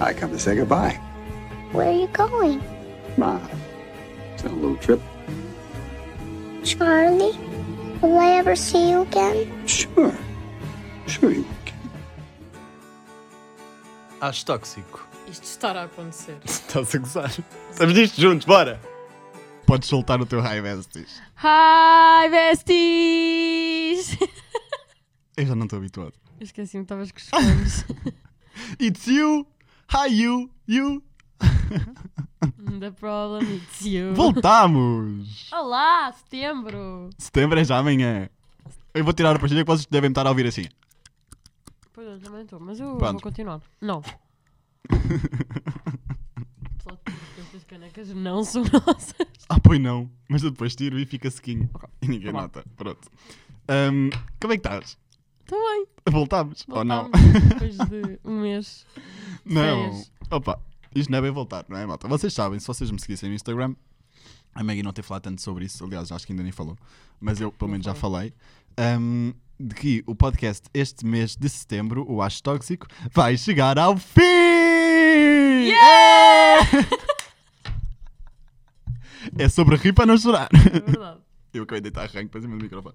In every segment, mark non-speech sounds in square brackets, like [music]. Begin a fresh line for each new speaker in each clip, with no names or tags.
I come to say goodbye.
Where are you going?
Ma, it's a little trip.
Charlie? Will I ever see you again?
Sure. Sure you can.
Acho tóxico.
Isto estará a acontecer.
[laughs] Estás a gozar? Estamos nisto juntos, bora! Podes soltar o teu high besties.
Hi, besties!
Eu já não estou habituado.
Esqueci-me, estavas com os fones.
It's you! Hi you! You!
[laughs] The problem is you.
Voltamos! [laughs]
Olá, setembro!
Setembro é já amanhã. Eu vou tirar a pastilha que vocês devem estar a ouvir assim.
Pois eu também estou, mas eu
Pronto.
vou continuar. Não. Pessoal, estas canecas não são nossas.
Ah, pois não. Mas eu depois tiro e fica sequinho. E
Tá
ninguém
bom.
nota. Pronto. Ahm, como é que estás?
Está Tá bem.
Voltámos? Ou não?
voltámos Depois de um mês.
Não.
Férias.
Opa, isto não é bem voltar, não é, malta? Vocês sabem, se vocês me seguissem no Instagram, a Maggie não tem falado tanto sobre isso, aliás, acho que ainda nem falou, mas eu pelo
Não
menos já falei, ahm, de que o podcast este mês de setembro, o Acho Tóxico, vai chegar ao fim! É sobre rir para não chorar.
É verdade.
Eu acabei de deitar arranque para cima do microfone.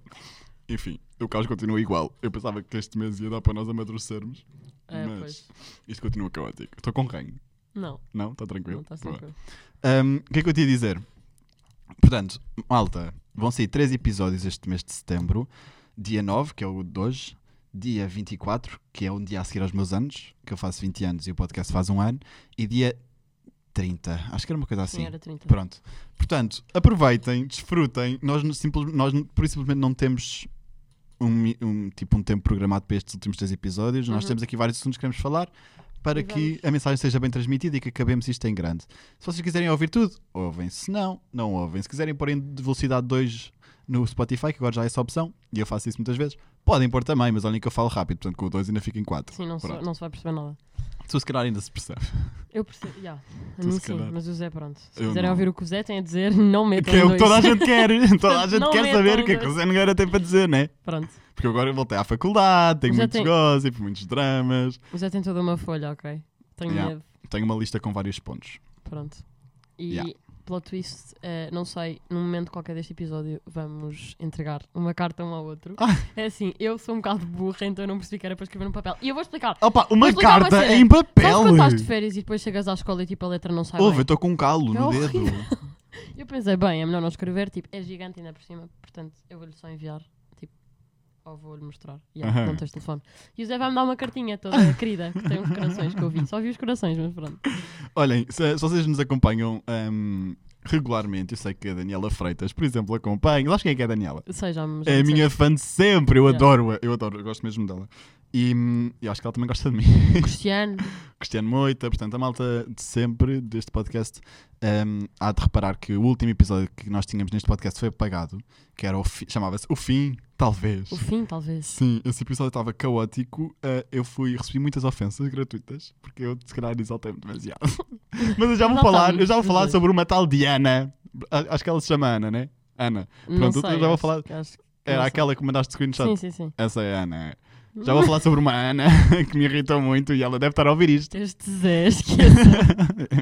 Enfim, o caos continua igual. Eu pensava que este mês ia dar para nós amadurecermos,
É,
mas
pois.
isto continua caótico. Estou com ranho.
Não,
Não? Está tranquilo?
não está
Boa.
tranquilo.
Ahm, O que é que eu te ia dizer? Portanto, malta, vão sair três episódios este mês de setembro. Dia 9, que é o de hoje. Dia 24, que é um dia a seguir aos meus anos, que eu faço 20 anos e o podcast faz um ano. E dia 30, acho que era uma coisa assim.
Sim, era 30.
Pronto. Portanto, aproveitem, desfrutem. Nós, no- simples, nós no- por isso simplesmente não temos um, mi- um- tipo, um tempo programado para estes últimos três episódios. Nós temos aqui vários assuntos que queremos falar para
Uhum. E
que a mensagem seja bem transmitida e que acabemos isto em grande. Se vocês quiserem ouvir tudo, ouvem. Se não, não ouvem. Se quiserem pôr em velocidade 2 no Spotify, que agora já é essa opção, e eu faço isso muitas vezes, podem pôr também, mas olhem que eu falo rápido, portanto com o 2 ainda fica em 4.
Sim, não se,
Pronto.
não se vai perceber nada.
Tu se calhar ainda se percebe.
Eu percebo, já. A
Tu,
mim
Então, se
sim,
calhar.
mas o Zé, pronto. Se
Eu
quiserem
não.
ouvir o que o Zé tem a dizer, [laughs] não metam
Que é o que
dois.
toda a gente quer, toda a
[laughs] Portanto,
gente
não
quer
metam
saber o que é que o
dois.
Zé Nogueira tem para dizer, né?
Pronto.
Porque agora eu voltei à faculdade, tenho
Já
muitos
tem-
gossip, muitos dramas,
O Zé tem toda uma folha, ok? Tenho
Yeah.
medo.
tenho uma lista com vários pontos.
Pronto. E
Yeah.
plot twist, eh, não sei, num momento qualquer deste episódio vamos entregar uma carta um ao outro.
Ah.
É assim, eu sou um bocado burra, então eu não percebi que era para escrever num papel. E eu vou explicar.
Opa,
Vou
uma
explicar uma
carta
cena.
em papel!
é- Sabes quando estás de férias e depois chegas à escola e tipo a letra não sai
Ouve, eu
bem?
estou com um calo
É
no dedo.
horrível. Eu pensei, bem, é melhor não escrever, tipo, é gigante ainda por cima, portanto eu vou-lhe só enviar, tipo, ou vou-lhe mostrar. Yeah,
Aham.
Não tens telefone. E o Zé vai-me dar uma cartinha
[laughs]
toda querida, que tem uns corações que eu vi. Só vi os corações, mas pronto.
[laughs] Olhem, se, se vocês nos acompanham ahm, regularmente, eu sei que a Daniela Freitas, por exemplo, acompanha. Acho quem é que é a Daniela?
Sei, já me- já
É a
me
minha fã de sempre, eu
Yeah.
adoro-a, eu adoro, eu gosto mesmo dela. E hum, eu acho que ela também gosta de mim.
sei. Cristiano,
Cristiano Moita, portanto, a malta de sempre deste podcast. hum, há de reparar que o último episódio que nós tínhamos neste podcast foi apagado, que era o fi- chamava-se O Fim, talvez.
o fim, talvez.
Sim, esse episódio estava caótico. eh, eu fui, recebi muitas ofensas gratuitas, porque eu se calhar exaltei-me demasiado. [laughs] Mas eu já vou
Exaltámos,
falar, eu já vou falar
exato.
sobre uma tal Diana. A- Acho que ela se chama Ana, né? Ana.
não
Pronto,
sei,
eu já vou
acho-
falar.
acho que
Era
não sei.
aquela que mandaste screenshot.
Sim, sim, sim.
Essa é a Ana. Já
[laughs]
vou falar sobre uma Ana [laughs] que me irritou muito e ela deve estar a ouvir isto.
Este Zé,
[laughs]
esquece.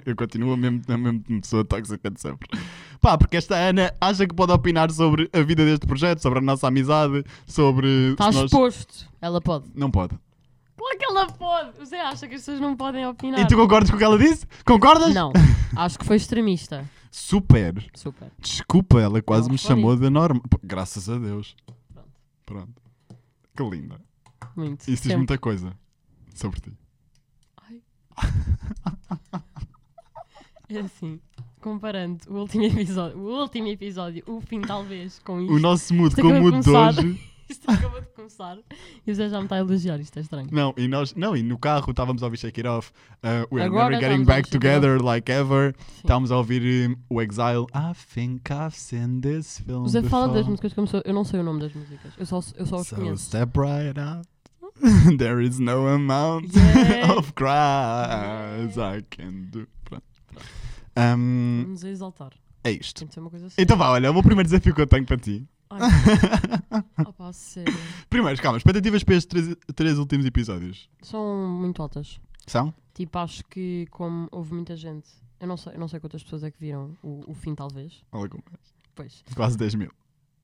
eu continuo a mesma, a mesma pessoa tóxica de sempre. Pá, porque esta Ana acha que pode opinar sobre a vida deste projeto, sobre a nossa amizade, sobre.
Está
se nós-
exposto. Ela pode.
Não pode.
Claro que ela pode. O Zé acha que as pessoas não podem opinar.
E tu concordas com o que ela disse? Concordas? [laughs]
Não, acho que foi extremista.
Super.
Super.
Desculpa, ela quase
Ela
me
foi.
chamou de norma. Pô, graças a Deus.
Pronto.
Pronto. Que linda.
Muito.
Isso diz
Sempre.
muita coisa sobre ti.
É assim. Comparando o último episódio, o último episódio, o fim talvez, com isto.
O nosso mood
Isto
com o
acabou de
mood de
começar.
hoje.
Isto acabou de começar. E o Zé já me está a elogiar, isto é estranho.
Não, e nós, não, e no carro estávamos a ouvir Shake It Off, uh, We're
Agora
Never Getting
estamos a
Back
ouvir Shake It
Together Like Ever, estávamos a ouvir um, o Exile, I think I've seen this film
O Zé fala das
before.
músicas como se eu, eu não sei o nome das músicas. Eu só, eu só os
So
conheço. Hum?
step right up, [laughs] there is no amount
Yeah.
of cries I can do. Pronto. Um,
Vamos a exaltar.
é isto.
Tem de ser uma coisa assim.
Então vá, olha, o meu primeiro desafio que eu tenho para ti.
Ai,
[laughs]
opa, a sério.
Primeiro, calma, expectativas para estes três, três últimos episódios
São muito altas.
são?
Tipo, acho que como houve muita gente, eu não sei, eu não sei quantas pessoas é que viram o, o fim, talvez.
Algumas.
Pois,
Quase 10 mil.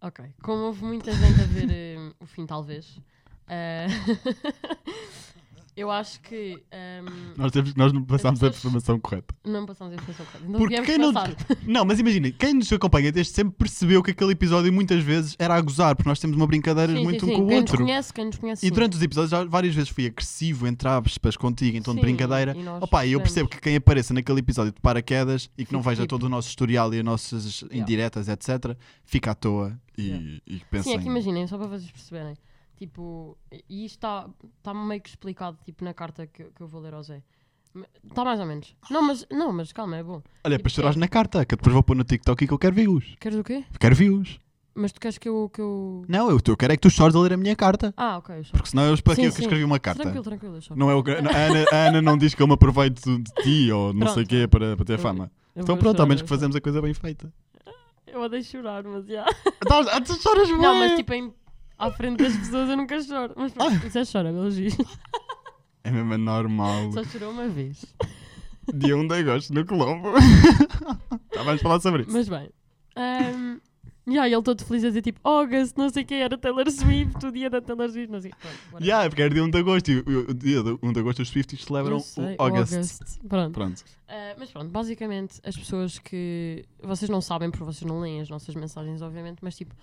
ok. Como houve muita gente a ver eh, o fim, talvez. eh, [laughs] eu acho que ehm,
Nós, temos, nós não passámos a
pessoas-
informação correta.
não passamos a informação correta. Então
Porque
viemos
quem não.
passar.
Não, mas imagina, quem nos acompanha desde sempre percebeu que aquele episódio muitas vezes era a gozar, porque nós temos uma brincadeira
Sim, sim,
muito um
sim.
com o
quem
outro.
Nos conhece, quem nos conhece.
E
sim.
durante os episódios já várias vezes fui agressivo, entre aspas, contigo, então de
Sim,
brincadeira.
e nós
Opa, e eu
percebemos.
percebo que quem apareça naquele episódio de paraquedas e que não
Fica
veja
tipo-
todo o nosso historial e as nossas indiretas, etc., fica à toa e, e pensa
Sim, é que
em-
imaginem, só para vocês perceberem. Tipo, e isto está tá meio que explicado tipo, na carta que, que eu vou ler ao Zé. Está mais ou menos. Não, mas, não, mas calma, é bom.
Olha,
tipo,
para chorar na carta, que eu depois vou pôr no TikTok e que eu quero views.
Queres o quê?
Quero views.
Mas tu queres que eu. Que eu...
Não, eu, eu quero é que tu chores a ler a minha carta.
Ah, ok, eu choro.
Porque senão eu para
Sim,
que eu
sim.
escrevi uma carta.
Tranquilo, tranquilo, eu choro.
Não é o, gra- a, Ana, a Ana não diz que eu me aproveito de ti ou não sei o
Pronto.
quê para, para ter
Eu-
fama.
Eu
Então
vou
pronto,
chorar,
ao menos
eu
que
choro.
fazemos a coisa bem feita.
Eu odeio chorar, mas já.
Então, ah, tu choras
[laughs] Não,
bué.
mas tipo, em... à frente das pessoas eu nunca choro. Mas pronto, o Zé chora, [laughs] elogios.
É mesmo normal.
Só chorou uma [laughs] vez.
Dia 1 de agosto no Colombo.
[laughs]
Já vamos falar sobre isso.
Mas bem. ahm, e aí ele todo feliz a dizer tipo, August, não sei quem era Taylor Swift, o dia da Taylor Swift, não sei. Pronto, whatever.
Yeah, porque era dia 1 de agosto. E o o dia do- 1 de agosto os Swifties celebram
Eu sei,
o August.
Pronto.
Pronto.
Ah, mas pronto, basicamente as pessoas que vocês não sabem, porque vocês não leem as nossas mensagens, obviamente, mas tipo,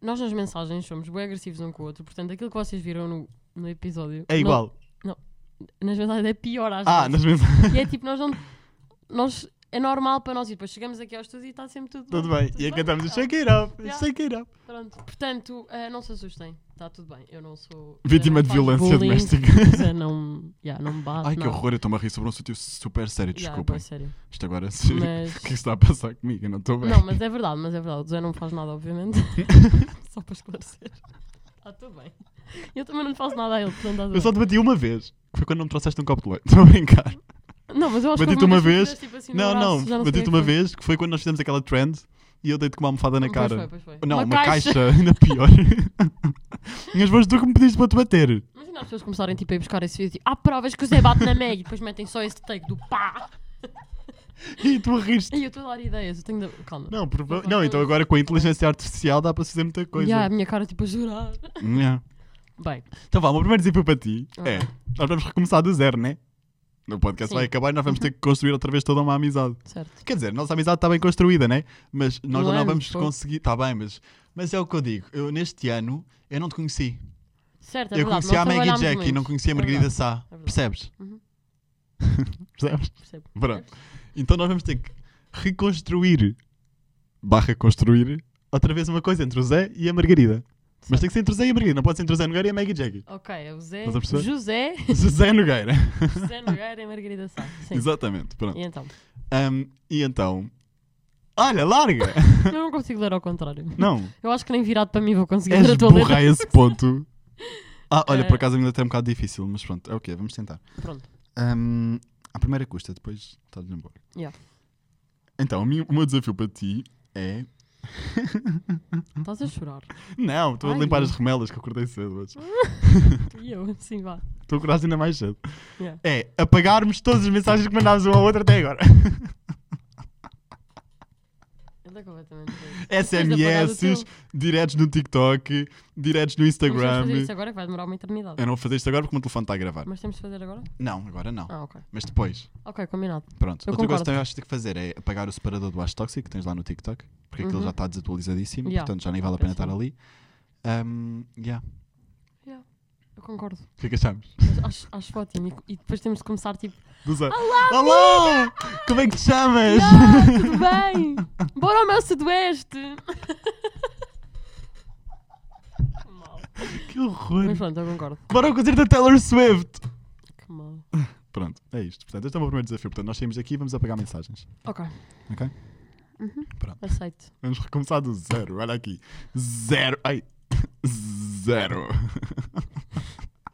nós nas mensagens somos bem agressivos um com o outro, portanto aquilo que vocês viram no, no episódio
É igual.
não- nas mensagens é pior às
Ah,
vezes. [laughs]
nas mensagens.
E é tipo, nós não. Nós, é normal para nós e depois chegamos aqui ao estúdio e está sempre tudo,
[laughs] Tudo bem. E aí cantamos o Shake It Up.
Yeah.
Shake It Up.
Pronto, portanto, ah, não se assustem, está tudo bem. Eu não sou.
Vítima
Zé
de
não faz
violência
bullying, [laughs]
doméstica.
Zé não, yeah, não me bate.
Ai, que
nada.
horror. Eu estou-me a rir sobre um sítio super sério.
Yeah,
Desculpem.
bué sério.
Isto agora é sério.
Mas-
O [laughs] que é que está a passar comigo? Eu não estou bem.
Não, mas é verdade, mas é verdade. O Zé não faz nada,
[laughs]
obviamente. Só para esclarecer. Está tudo bem. Eu também não faço nada a ele, portanto está tudo
Eu só
bem.
te bati uma vez. que Foi quando não me trouxeste um copo de leite. [laughs] Estou a brincar.
Não, mas eu acho
Bati-te
que houve
uma
vez
vez.
que fizeste, tipo, assim, no
Não,
braço,
não.
já sei bem
Bati-te uma
o que foi.
vez que foi quando nós fizemos aquela trend e eu dei-te com uma almofada na cara.
Pois foi, pois foi.
Não, uma, caixa. [laughs] ainda pior. Mas foste tu que me pediste para te bater.
Imagina as pessoas começarem tipo, a ir buscar esse vídeo. Tipo, Há provas que o Zé bate na Meg e depois metem só esse take do pá.
E tu riste.
E eu estou a dar ideias. Eu tenho de... Calma.
Não, prova-
Não,
não, então
não.
agora com a inteligência artificial dá para se fazer muita coisa.
e há a minha cara tipo a jurar.
Yeah.
Bem,
Então vá, o meu primeiro desafio para ti
Ok.
é: nós vamos recomeçar do zero, né? O podcast
Ah. Sim.
vai acabar e nós vamos ter que construir outra vez toda uma amizade.
certo.
Quer dizer, a nossa amizade está bem construída, né? Mas nós
Um
não
ano,
vamos
pô.
conseguir. Está bem, mas, mas é o que eu digo. Eu, neste ano eu não te conheci.
Certo, é
eu
verdade.
conheci
nós
a Maggie
trabalhámos
Jack e
muito.
não conhecia a
É
Margarida
verdade,
Sá.
verdade.
Percebes?
Uhum.
[laughs] Percebes?
percebo.
Pronto. Então nós vamos ter que reconstruir barra construir outra vez uma coisa entre o Zé e a Margarida. Mas tem que ser entre o Zé e a Margarida, não pode ser entre o Zé Nogueira e a Maggie Jackie.
Ok, é o Zé,
Estás a perceber?
José,
[laughs] Zé Nogueira. [laughs]
José Nogueira e Margarida Sá. [laughs] Sim.
Exatamente, pronto.
E então?
Ahm, e então. Olha, larga! [laughs]
Eu não consigo ler ao contrário.
Não,
Eu acho que nem virado para mim vou conseguir
és
ler a tua
burra
letra.
a É esse
[laughs]
ponto. Ah, olha,
Eh.
por acaso ainda é um bocado difícil, mas pronto, é o quê? Vamos tentar.
Pronto.
Ahm, à primeira custa, depois estás embora.
Yeah.
Então, o meu- o meu desafio para ti é
Estás a chorar.
Não, estou a
Ai.
limpar as remelas que eu acordei cedo hoje.
Tu E eu, sim, vá.
Estou a acordar ainda mais cedo.
Yeah.
É apagarmos todas as mensagens que mandámos um ao outro
[laughs]
até agora.
Ele é completamente doido. Depois de apagar
SMS,
o teu.
diretos no TikTok, diretos no
Mas vamos
Instagram. É.
fazer isso agora que vai demorar uma eternidade.
Eu não vou fazer isto agora porque o meu telefone está a gravar.
Mas temos de fazer agora?
Não, agora não.
Ah, ok.
Mas depois.
Ok, combinado.
Pronto.
Eu
Outra coisa
concordo.
que eu acho que tenho que fazer é apagar o separador do Acho Tóxico que tens lá no TikTok, porque aquilo
Uhum.
já está desatualizadíssimo,
Yeah.
portanto já nem vale a pena
Péssimo.
estar ali. Ahm, yeah.
Eu concordo.
O que é que achamos?
Mas acho, acho ótimo. E- E depois temos de começar tipo.
Do Zé. Olá! Como é que te chamas?
Ah, tudo bem! Bora ao meu sudoeste! Que mal.
que horror!
Mas pronto, eu concordo.
Bora ao concerto da Taylor Swift!
Que mal.
Pronto, é isto. Portanto, este é o meu primeiro desafio. Portanto, nós saímos daqui e vamos apagar mensagens.
Ok,
Ok?
aceito.
Vamos recomeçar do zero. Olha aqui. Zero. Ai. [laughs] Zero.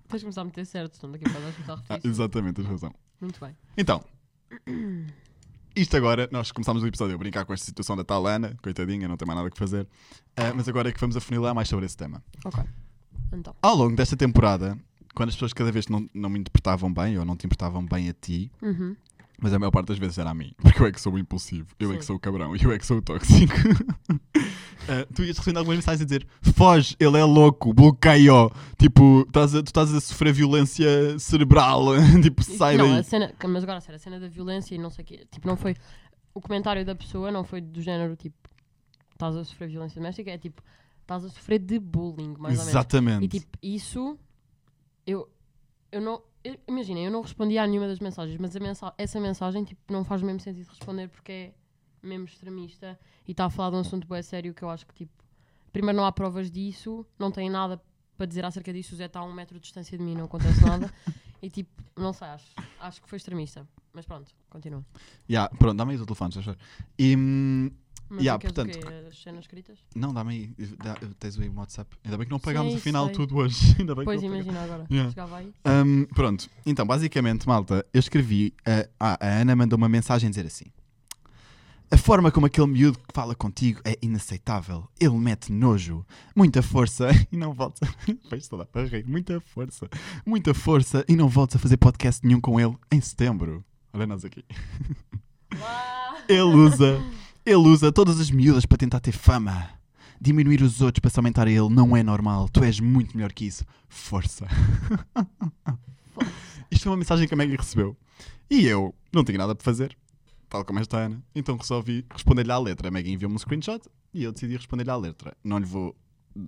Tens de começar a meter certo, senão daqui para trás começar a
Ah,
repetir.
exatamente, tens razão.
Muito bem.
Então. Isto agora, nós começámos o episódio a brincar com esta situação da tal Ana, coitadinha, não tem mais nada que fazer. Ah, mas agora é que vamos afunilar mais sobre esse tema.
Ok. Então.
Ao longo desta temporada, quando as pessoas cada vez não, não me interpretavam bem ou não te interpretavam bem a ti,
Uhum.
mas a maior parte das vezes era a mim, porque eu é que sou o impulsivo, eu é que
Sim.
sou o cabrão, eu é que sou o tóxico. [laughs] Ah, tu ias recebendo algumas mensagens a dizer foge, ele é louco, bloqueio, tipo, estás a- tu estás a sofrer violência cerebral, [laughs] tipo, sai
não, é assim,
daí.
a cena, mas agora, a sério, a cena da violência e não sei o quê, tipo, não foi, o comentário da pessoa não foi do género, tipo, estás a sofrer violência doméstica, é tipo, estás a sofrer de bullying, mais ou menos.
Exatamente.
E tipo, isso eu, eu não. eu- Imagina, eu não respondia a nenhuma das mensagens, mas a mensa- essa mensagem tipo, não faz mesmo sentido responder porque é mesmo extremista e está a falar de um assunto bem sério que eu acho que tipo. Primeiro não há provas disso, não tem nada para dizer acerca disso, o Zé está a um metro de distância de mim, não acontece nada. e tipo, não sei, acho, acho que foi extremista. Mas pronto, continua.
Ya, pronto, dá-me aí o telefone, já E hum,
Mas
Ya,
tu queres o
portanto-
quê? As cenas escritas?
não, dá-me aí, dá- tens aí o WhatsApp. Ainda bem que não pagámos
Sei,
afinal
sei.
tudo hoje. [laughs] Ainda bem
Pois
que não pagámos.
imagina agora.
Ya.
Chegava aí.
Hum, pronto, então basicamente, malta, eu escrevi. ah, ah, a Ana mandou uma mensagem dizer assim: A forma como aquele miúdo que fala contigo é inaceitável. Ele mete nojo, muita força [laughs] e não volta. Pois toda a rir, muita força, muita força e não volta a fazer podcast nenhum com ele em setembro. Olha nós aqui.
Lá!
Ele usa, ele usa todas as miúdas para tentar ter fama. Diminuir os outros para se aumentar a ele não é normal. Tu és muito melhor que isso. Força. [laughs] Isto foi uma mensagem que a Maggie recebeu. E eu não tinha nada para fazer, tal como esta Ana. Então resolvi responder-lhe à letra. A Maggie enviou-me um screenshot e eu decidi responder-lhe à letra. Não lhe vou,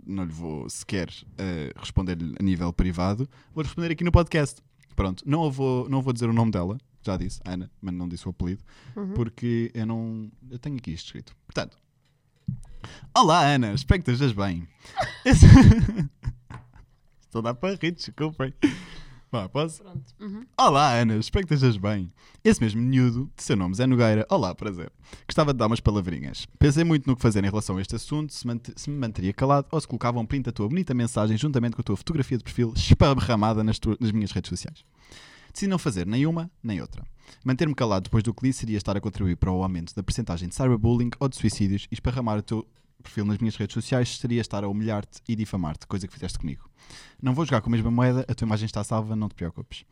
não lhe vou sequer eh, responder-lhe a nível privado. Vou responder aqui no podcast. Pronto, não a vou, não vou dizer o nome dela, já disse, Ana, mas não disse o apelido, porque eu não. Eu tenho aqui isto escrito. Portanto. Olá, Ana, espero que estejas bem. Esse- [laughs] Estou a dar para rir, desculpem. Vá, posso?
Pronto. Uhum.
Olá, Ana, espero que estejas bem. Esse mesmo miúdo, de seu nome Zé Nogueira, olá, prazer. Gostava de dar umas palavrinhas. Pensei muito no que fazer em relação a este assunto, se, mant- se me manteria calado ou se colocava um print da tua bonita mensagem juntamente com a tua fotografia de perfil esparramada nas, tuas- nas minhas redes sociais. Decidi não fazer nem uma nem outra. Manter-me calado depois do que li seria estar a contribuir para o aumento da percentagem de cyberbullying ou de suicídios e esparramar o teu perfil nas minhas redes sociais seria estar a humilhar-te e difamar-te, coisa que fizeste comigo. Não vou jogar com a mesma moeda, a tua imagem está salva, não te preocupes.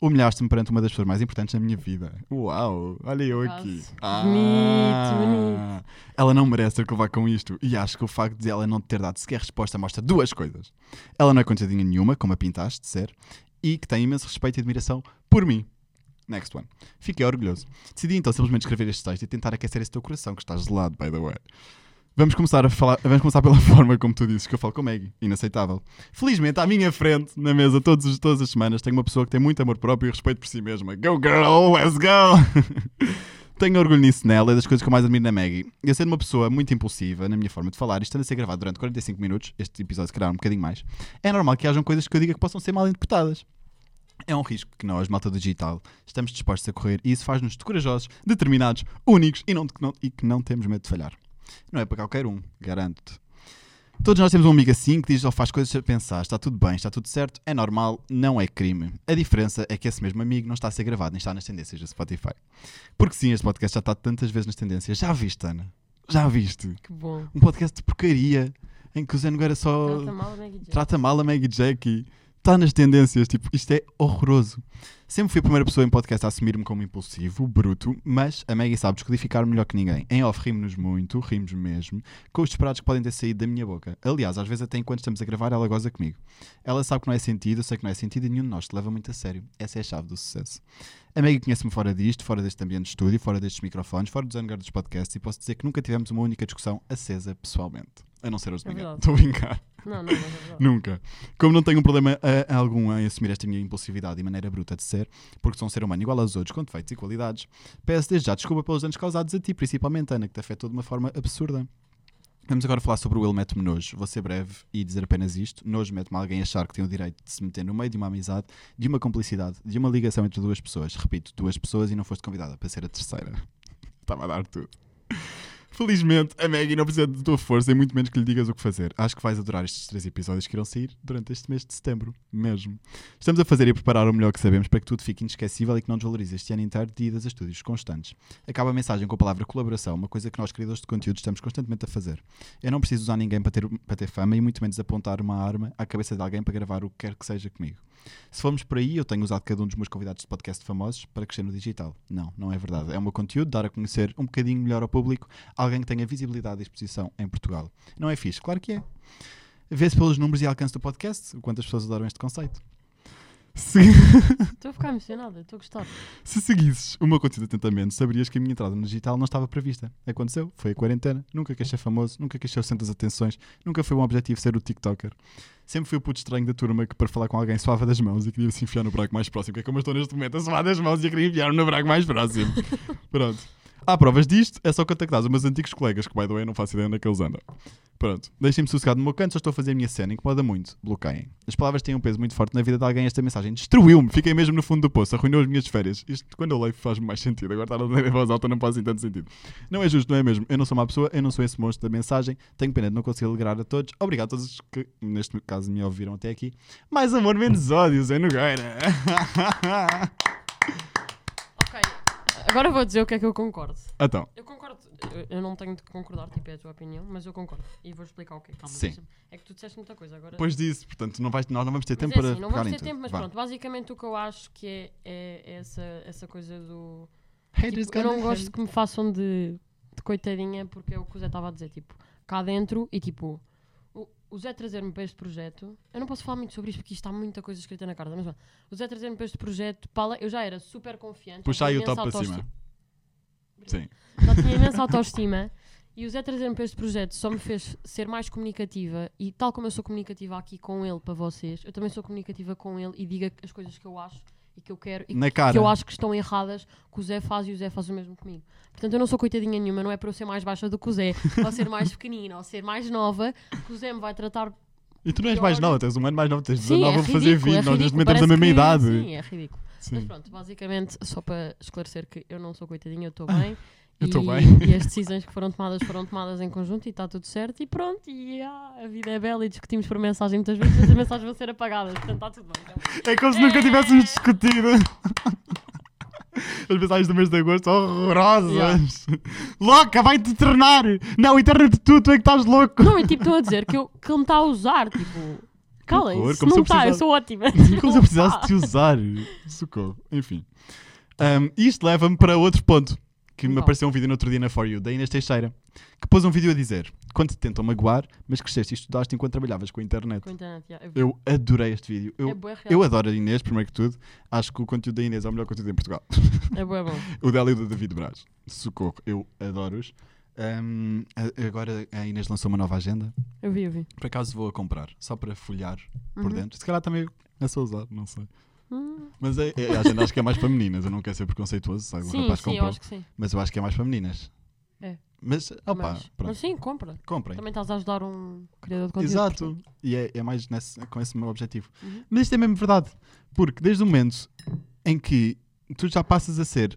Humilhaste-me perante uma das pessoas mais importantes da minha vida. Uau, olha eu aqui. Ah,
Nossa, bonito, bonito.
Ela não merece ter que levar com isto e acho que o facto de ela não ter dado sequer resposta mostra duas coisas. Ela não é contadinha nenhuma, como a pintaste de ser, e que tem imenso respeito e admiração por mim. Next one. Fiquei orgulhoso. Decidi então simplesmente escrever este texto e tentar aquecer esse teu coração que estás gelado, by the way. Vamos começar, a falar, vamos começar pela [laughs] forma como tu dizes que eu falo com a Maggie. Inaceitável. Felizmente, à minha frente, na mesa, todos, os- todas as semanas, tenho uma pessoa que tem muito amor próprio e respeito por si mesma. Go girl, let's go! [laughs] tenho orgulho nisso nela, é das coisas que eu mais admiro na Maggie. Eu sendo uma pessoa muito impulsiva na minha forma de falar, e estando a ser gravado durante 45 minutos, este episódio se calhar um bocadinho mais, é normal que hajam coisas que eu diga que possam ser mal interpretadas. É um risco que nós, malta do digital, estamos dispostos a correr e isso faz-nos corajosos, determinados, únicos e, não, que não- e que não temos medo de falhar. Não é para qualquer um, garanto-te. Todos nós temos um amigo assim que diz ou faz coisas a pensar, está tudo bem, está tudo certo, é normal, não é crime. A diferença é que esse mesmo amigo não está a ser gravado nem está nas tendências do Spotify. Porque sim, este podcast já está tantas vezes nas tendências. Já viste, Ana? Já viste?
Que bom.
Um podcast de porcaria em que o Zé Nogueira só
Trata mal é a Maggie J.
trata mal a Maggie Jackie. Está nas tendências, tipo, isto é horroroso. Sempre fui a primeira pessoa em podcast a assumir-me como impulsivo, bruto, mas a Maggie sabe descodificar melhor que ninguém. Em off rimos-nos muito, rimos mesmo, com os disparados que podem ter saído da minha boca. Aliás, às vezes até enquanto estamos a gravar ela goza comigo. Ela sabe que não é sentido, eu sei que não é sentido e nenhum de nós te leva muito a sério. Essa é a chave do sucesso. A Maggie conhece-me fora disto, fora deste ambiente de estúdio, fora destes microfones, fora dos hangar dos podcasts e posso dizer que nunca tivemos uma única discussão acesa pessoalmente. A não ser hoje de
É
manhã.
verdade.
Estou a brincar.
Não, não, mas é
[laughs]
verdade.
Nunca. Como não tenho um problema a, a algum em assumir esta minha impulsividade e maneira bruta de ser, porque sou um ser humano igual aos outros, com defeitos e qualidades, peço desde já desculpa pelos danos causados a ti, principalmente, Ana, que te afetou de uma forma absurda. Vamos agora falar sobre o ele mete-me nojo. Vou ser breve e dizer apenas isto. Nojo mete-me alguém achar que tem o direito de se meter no meio de uma amizade, de uma cumplicidade, de uma ligação entre duas pessoas. Repito, duas pessoas e não foste convidada para ser a terceira. [laughs] Estava a dar tudo. Felizmente, a Maggie não precisa de tua força e muito menos que lhe digas o que fazer. Acho que vais adorar estes três episódios que irão sair durante este mês de setembro, mesmo. Estamos a fazer e preparar o melhor que sabemos para que tudo fique inesquecível e que não desvalorize este ano inteiro de idas a estúdios constantes. Acaba a mensagem com a palavra colaboração, uma coisa que nós, criadores de conteúdo, estamos constantemente a fazer. Eu não preciso usar ninguém para ter, para ter fama e muito menos apontar uma arma à cabeça de alguém para gravar o que quer que seja comigo. Se formos por aí, eu tenho usado cada um dos meus convidados de podcast famosos para crescer no digital. Não, não é verdade. É o meu conteúdo, dar a conhecer um bocadinho melhor ao público alguém que tenha visibilidade e exposição em Portugal. Não é fixe? Claro que é. Vê-se pelos números e alcance do podcast o quanto as pessoas adoram este conceito. Se,
Estou a ficar emocionada, estou a gostar.
se seguisses o meu conteúdo atentamente, saberias que a minha entrada no digital não estava prevista. Aconteceu, foi a quarentena, nunca quis ser famoso, nunca quis ser o centro das atenções, nunca foi um objetivo ser o TikToker. Sempre fui o puto estranho da turma que, para falar com alguém, suava das mãos e queria se enfiar no buraco mais próximo. Que é como eu estou neste momento a suar das mãos e a querer enfiar-me no buraco mais próximo. Pronto. Há provas disto, é só contactar os meus antigos colegas, que, by the way, não faço ideia onde é que eles andam. Pronto, deixem-me sossegado no meu canto, só estou a fazer a minha cena, incomoda muito, bloqueiem. As palavras têm um peso muito forte na vida de alguém, esta mensagem destruiu-me, fiquei mesmo no fundo do poço, arruinou as minhas férias. Isto, quando eu leio, faz-me mais sentido, agora estar a ler em voz alta não faz assim tanto sentido. Não é justo, não é mesmo? Eu não sou uma pessoa, eu não sou esse monstro da mensagem, tenho pena de não conseguir alegrar a todos. Obrigado a todos os que, neste caso, me ouviram até aqui. Mais amor, menos ódio, Zé Nogueira. [laughs]
Ok, agora vou dizer o que é que eu concordo.
então,
Eu concordo, eu- eu não tenho de concordar, tipo, é a tua opinião, mas eu concordo. E vou explicar o que é. Calma,
Sim.
deixa-me- É que tu disseste muita coisa agora.
depois disso, portanto, não vais, nós não vamos ter
Mas
tempo
é
para
assim, não
pegar
vamos
em
ter
tudo.
tempo, mas
Vá.
pronto, basicamente o que eu acho que é, é essa, essa coisa do.
Haters
Tipo, eu
gonna
não
hate.
gosto que me façam de, de coitadinha, porque é o que o Zé estava a dizer, tipo, cá dentro e tipo, o, o Zé trazer-me para este projeto, eu não posso falar muito sobre isto porque isto está muita coisa escrita na carta, mas vá, o Zé trazer-me para este projeto, pala, eu já era super confiante.
Puxa
já
aí
tinha
o top
imensa
para cima. Sim.
já tinha imensa autoestima. E o Zé trazer-me para este projeto só me fez ser mais comunicativa. E tal como eu sou comunicativa aqui com ele para vocês, eu também sou comunicativa com ele e digo as coisas que eu acho e que eu quero e
Na
que
cara.
eu acho que estão erradas, que o Zé faz e o Zé faz o mesmo comigo. Portanto, eu não sou coitadinha nenhuma, não é para eu ser mais baixa do que o Zé, ou ser mais pequenina, ou ser mais nova, que o Zé me vai tratar.
E tu não és mais
pior.
nova, tens um ano mais nova, tens
Sim,
19,
é
eu vou fazer
ridículo,
20,
é
nós neste
ridículo,
momento temos a
parece
mesma
que-
idade.
Sim, é ridículo. Mas
Sim.
pronto, basicamente, só para esclarecer que eu não sou coitadinha, eu estou bem.
[laughs] eu tô
e-
bem.
E as decisões que foram tomadas foram tomadas em conjunto e está tudo certo e pronto. E ah, a vida é bela e discutimos por mensagem muitas vezes, mas as mensagens vão ser apagadas, portanto está tudo bem.
É como se nunca tivéssemos discutido. As mensagens do mês de agosto são horrorosas.
Yeah.
Louca, vai-te internar! Não, interna-te tu, tu é que estás louco!
Não, e tipo, estão a dizer que, eu, que ele me está a usar, tipo.
horror,
Calem, se
como
não
se eu
está, eu
precisasse-
sou ótima.
[laughs] [laughs] Como se eu precisasse te usar. Socorro. Enfim. Ahm, isto leva-me para outro ponto. Que me
Então.
apareceu um vídeo no outro dia na For You, da Inês Teixeira, que pôs um vídeo a dizer: Quando te tentam magoar, mas cresceste e estudaste enquanto trabalhavas com a internet.
Com a internet, yeah, eu-
Eu adorei este vídeo. Eu,
É bué real.
eu adoro a Inês, primeiro que tudo. Acho que o conteúdo da Inês é o melhor conteúdo em Portugal. [laughs]
É bom, é bom.
o dela e o do David Braz. Socorro, eu adoro-os. Ahm, a- agora a Inês lançou uma nova agenda.
Eu vi, eu vi.
Por acaso vou a comprar, só para folhar por
Uhum.
dentro. Se calhar também é só usar, não sei.
Hum,
Mas é, é- a agenda acho que é mais para meninas. Eu não quero ser preconceituoso, sabe? O
sim,
Um rapaz
sim, eu
comprou.
acho que sim.
Mas eu acho que é mais para meninas.
É.
Mas, opa,
mas,
pronto.
mas sim, compra.
Comprem.
Também estás a ajudar um criador de conteúdo.
Exato. E é, é mais nesse- com esse meu objetivo.
Uhum.
Mas isto é mesmo verdade. Porque desde o momento em que tu já passas a ser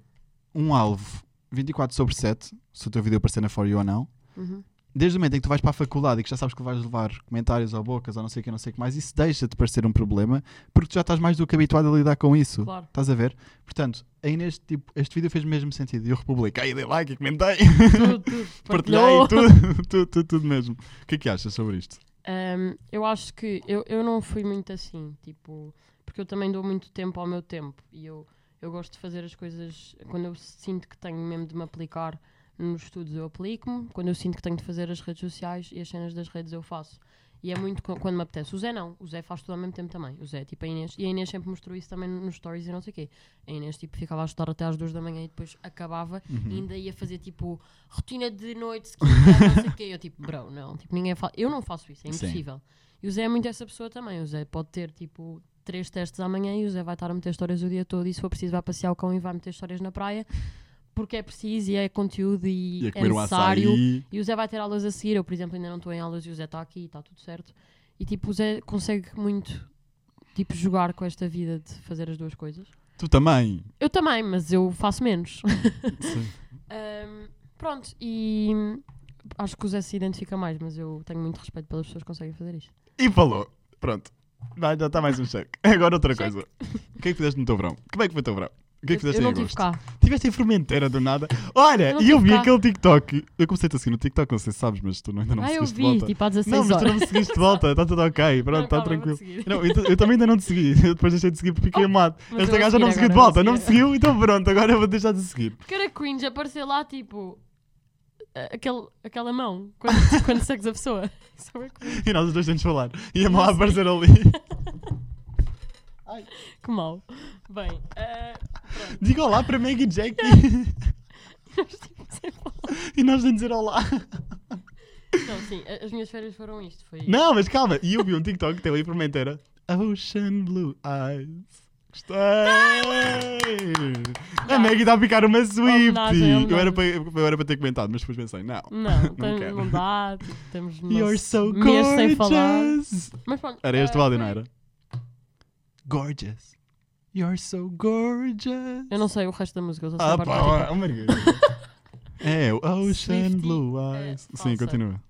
um alvo 24 sobre 7, se o teu vídeo aparecer na For You ou não,
Uhum.
desde o momento em que tu vais para a faculdade e que já sabes que vais levar comentários ou bocas ou não sei o que, não sei o que mais, isso deixa de parecer um problema porque tu já estás mais do que habituado a lidar com isso.
Claro.
Estás a ver? Portanto, aí neste tipo, este vídeo fez mesmo sentido. E eu republiquei, dei like e comentei,
Tudo, tudo.
[laughs] partilhei,
Partilhou.
tudo, [laughs] tudo, tudo, tudo mesmo. O que é que achas sobre isto?
Ahm, eu acho que eu, eu não fui muito assim, tipo, porque eu também dou muito tempo ao meu tempo e eu, eu gosto de fazer as coisas quando eu sinto que tenho mesmo de me aplicar nos estudos, eu aplico-me, quando eu sinto que tenho de fazer as redes sociais e as cenas das redes, eu faço. E é muito co- quando me apetece. O Zé não, o Zé faz tudo ao mesmo tempo também. O Zé, tipo, a Inês, e a Inês sempre mostrou isso também nos stories e não sei o quê. A Inês, tipo, ficava a estudar até às duas da manhã e depois acabava e ainda ia fazer, tipo, rotina de noite, skincare, não sei o quê. Eu, tipo, bro, não, tipo, ninguém fa- Eu não faço isso, é
Sim.
impossível. E o Zé é muito essa pessoa também. O Zé pode ter, tipo, três testes amanhã e o Zé vai estar a meter histórias o dia todo e se for preciso vai passear o cão e vai meter histórias na praia porque é preciso e é conteúdo e,
Ia
é
comer um
necessário.
açaí.
E o Zé vai ter aulas a seguir. Eu, por exemplo, ainda não estou em aulas e o Zé está aqui e está tudo certo. E tipo, o Zé consegue muito tipo, jogar com esta vida de fazer as duas coisas.
Tu também.
Eu também, mas eu faço menos. [laughs]
Sim.
Ahm, pronto, e acho que o Zé se identifica mais, mas eu tenho muito respeito pelas pessoas que conseguem fazer isto.
E falou. Pronto. Vai, já está mais um cheque. [laughs] Agora outra
Cheque.
coisa. O que é que fizeste no teu verão? Como é que foi o teu verão? O que é que
eu,
fizeste
eu
em
não
agosto?
estive cá.
Tiveste em fermenteira do nada. Olha,
Eu não
e eu vi
tive cá.
aquele TikTok. Eu comecei-te a seguir no TikTok, não sei se sabes, mas tu não- ainda não me
ah, eu
seguiste
vi,
de volta.
tipo, há 16
não, mas tu
horas.
não me seguiste de volta, está tudo ok, pronto,
Não,
está
calma,
tranquilo.
vou-te seguir.
Não, eu, t- eu também ainda não te segui, eu depois deixei de seguir porque fiquei amado.
Oh, mas eu
Esta
vou
gaja não me
seguir
seguiu de
agora,
volta, não
vou
me
seguir.
seguiu, então pronto, agora eu vou deixar de seguir.
Porque era cringe aparecer lá, tipo, a- aquele, aquela mão quando, [laughs] quando segues a pessoa. [laughs] Isso é bué cringe.
E nós os dois temos de falar. E a mão a
Não sei.
aparecer ali. [laughs]
que mal. Bem, eh,
Diga olá para Maggie Jack
[laughs] nós estivemos sem falar.
e nós nem
[laughs]
dizer olá.
[laughs] Não, sim, a- as minhas férias foram isto. Foi
Não, mas calma, e eu vi um TikTok que tem ali por menteira. Ocean Blue Eyes. Gostei! A Maggie está a picar uma Swift!
Homenagem,
Eu era
homenagem.
para eu era para ter comentado, mas depois pensei, não.
Não,
Não
tam-
quero.
não, dá. tipo, Estamos no
You're so
mês sem falar.
gorgeous!
Mas pronto,
Era este
eh,
o áudio, não
foi-
era? Gorgeous. You're so gorgeous.
Eu não sei o resto da música, eu só sei é
Ah,
a parte
pá,
da-
ó, ó, Margarida.
[laughs]
É, o Ocean
Swiftie,
Blue
eh,
Eyes. Sim,
falsa.
continua.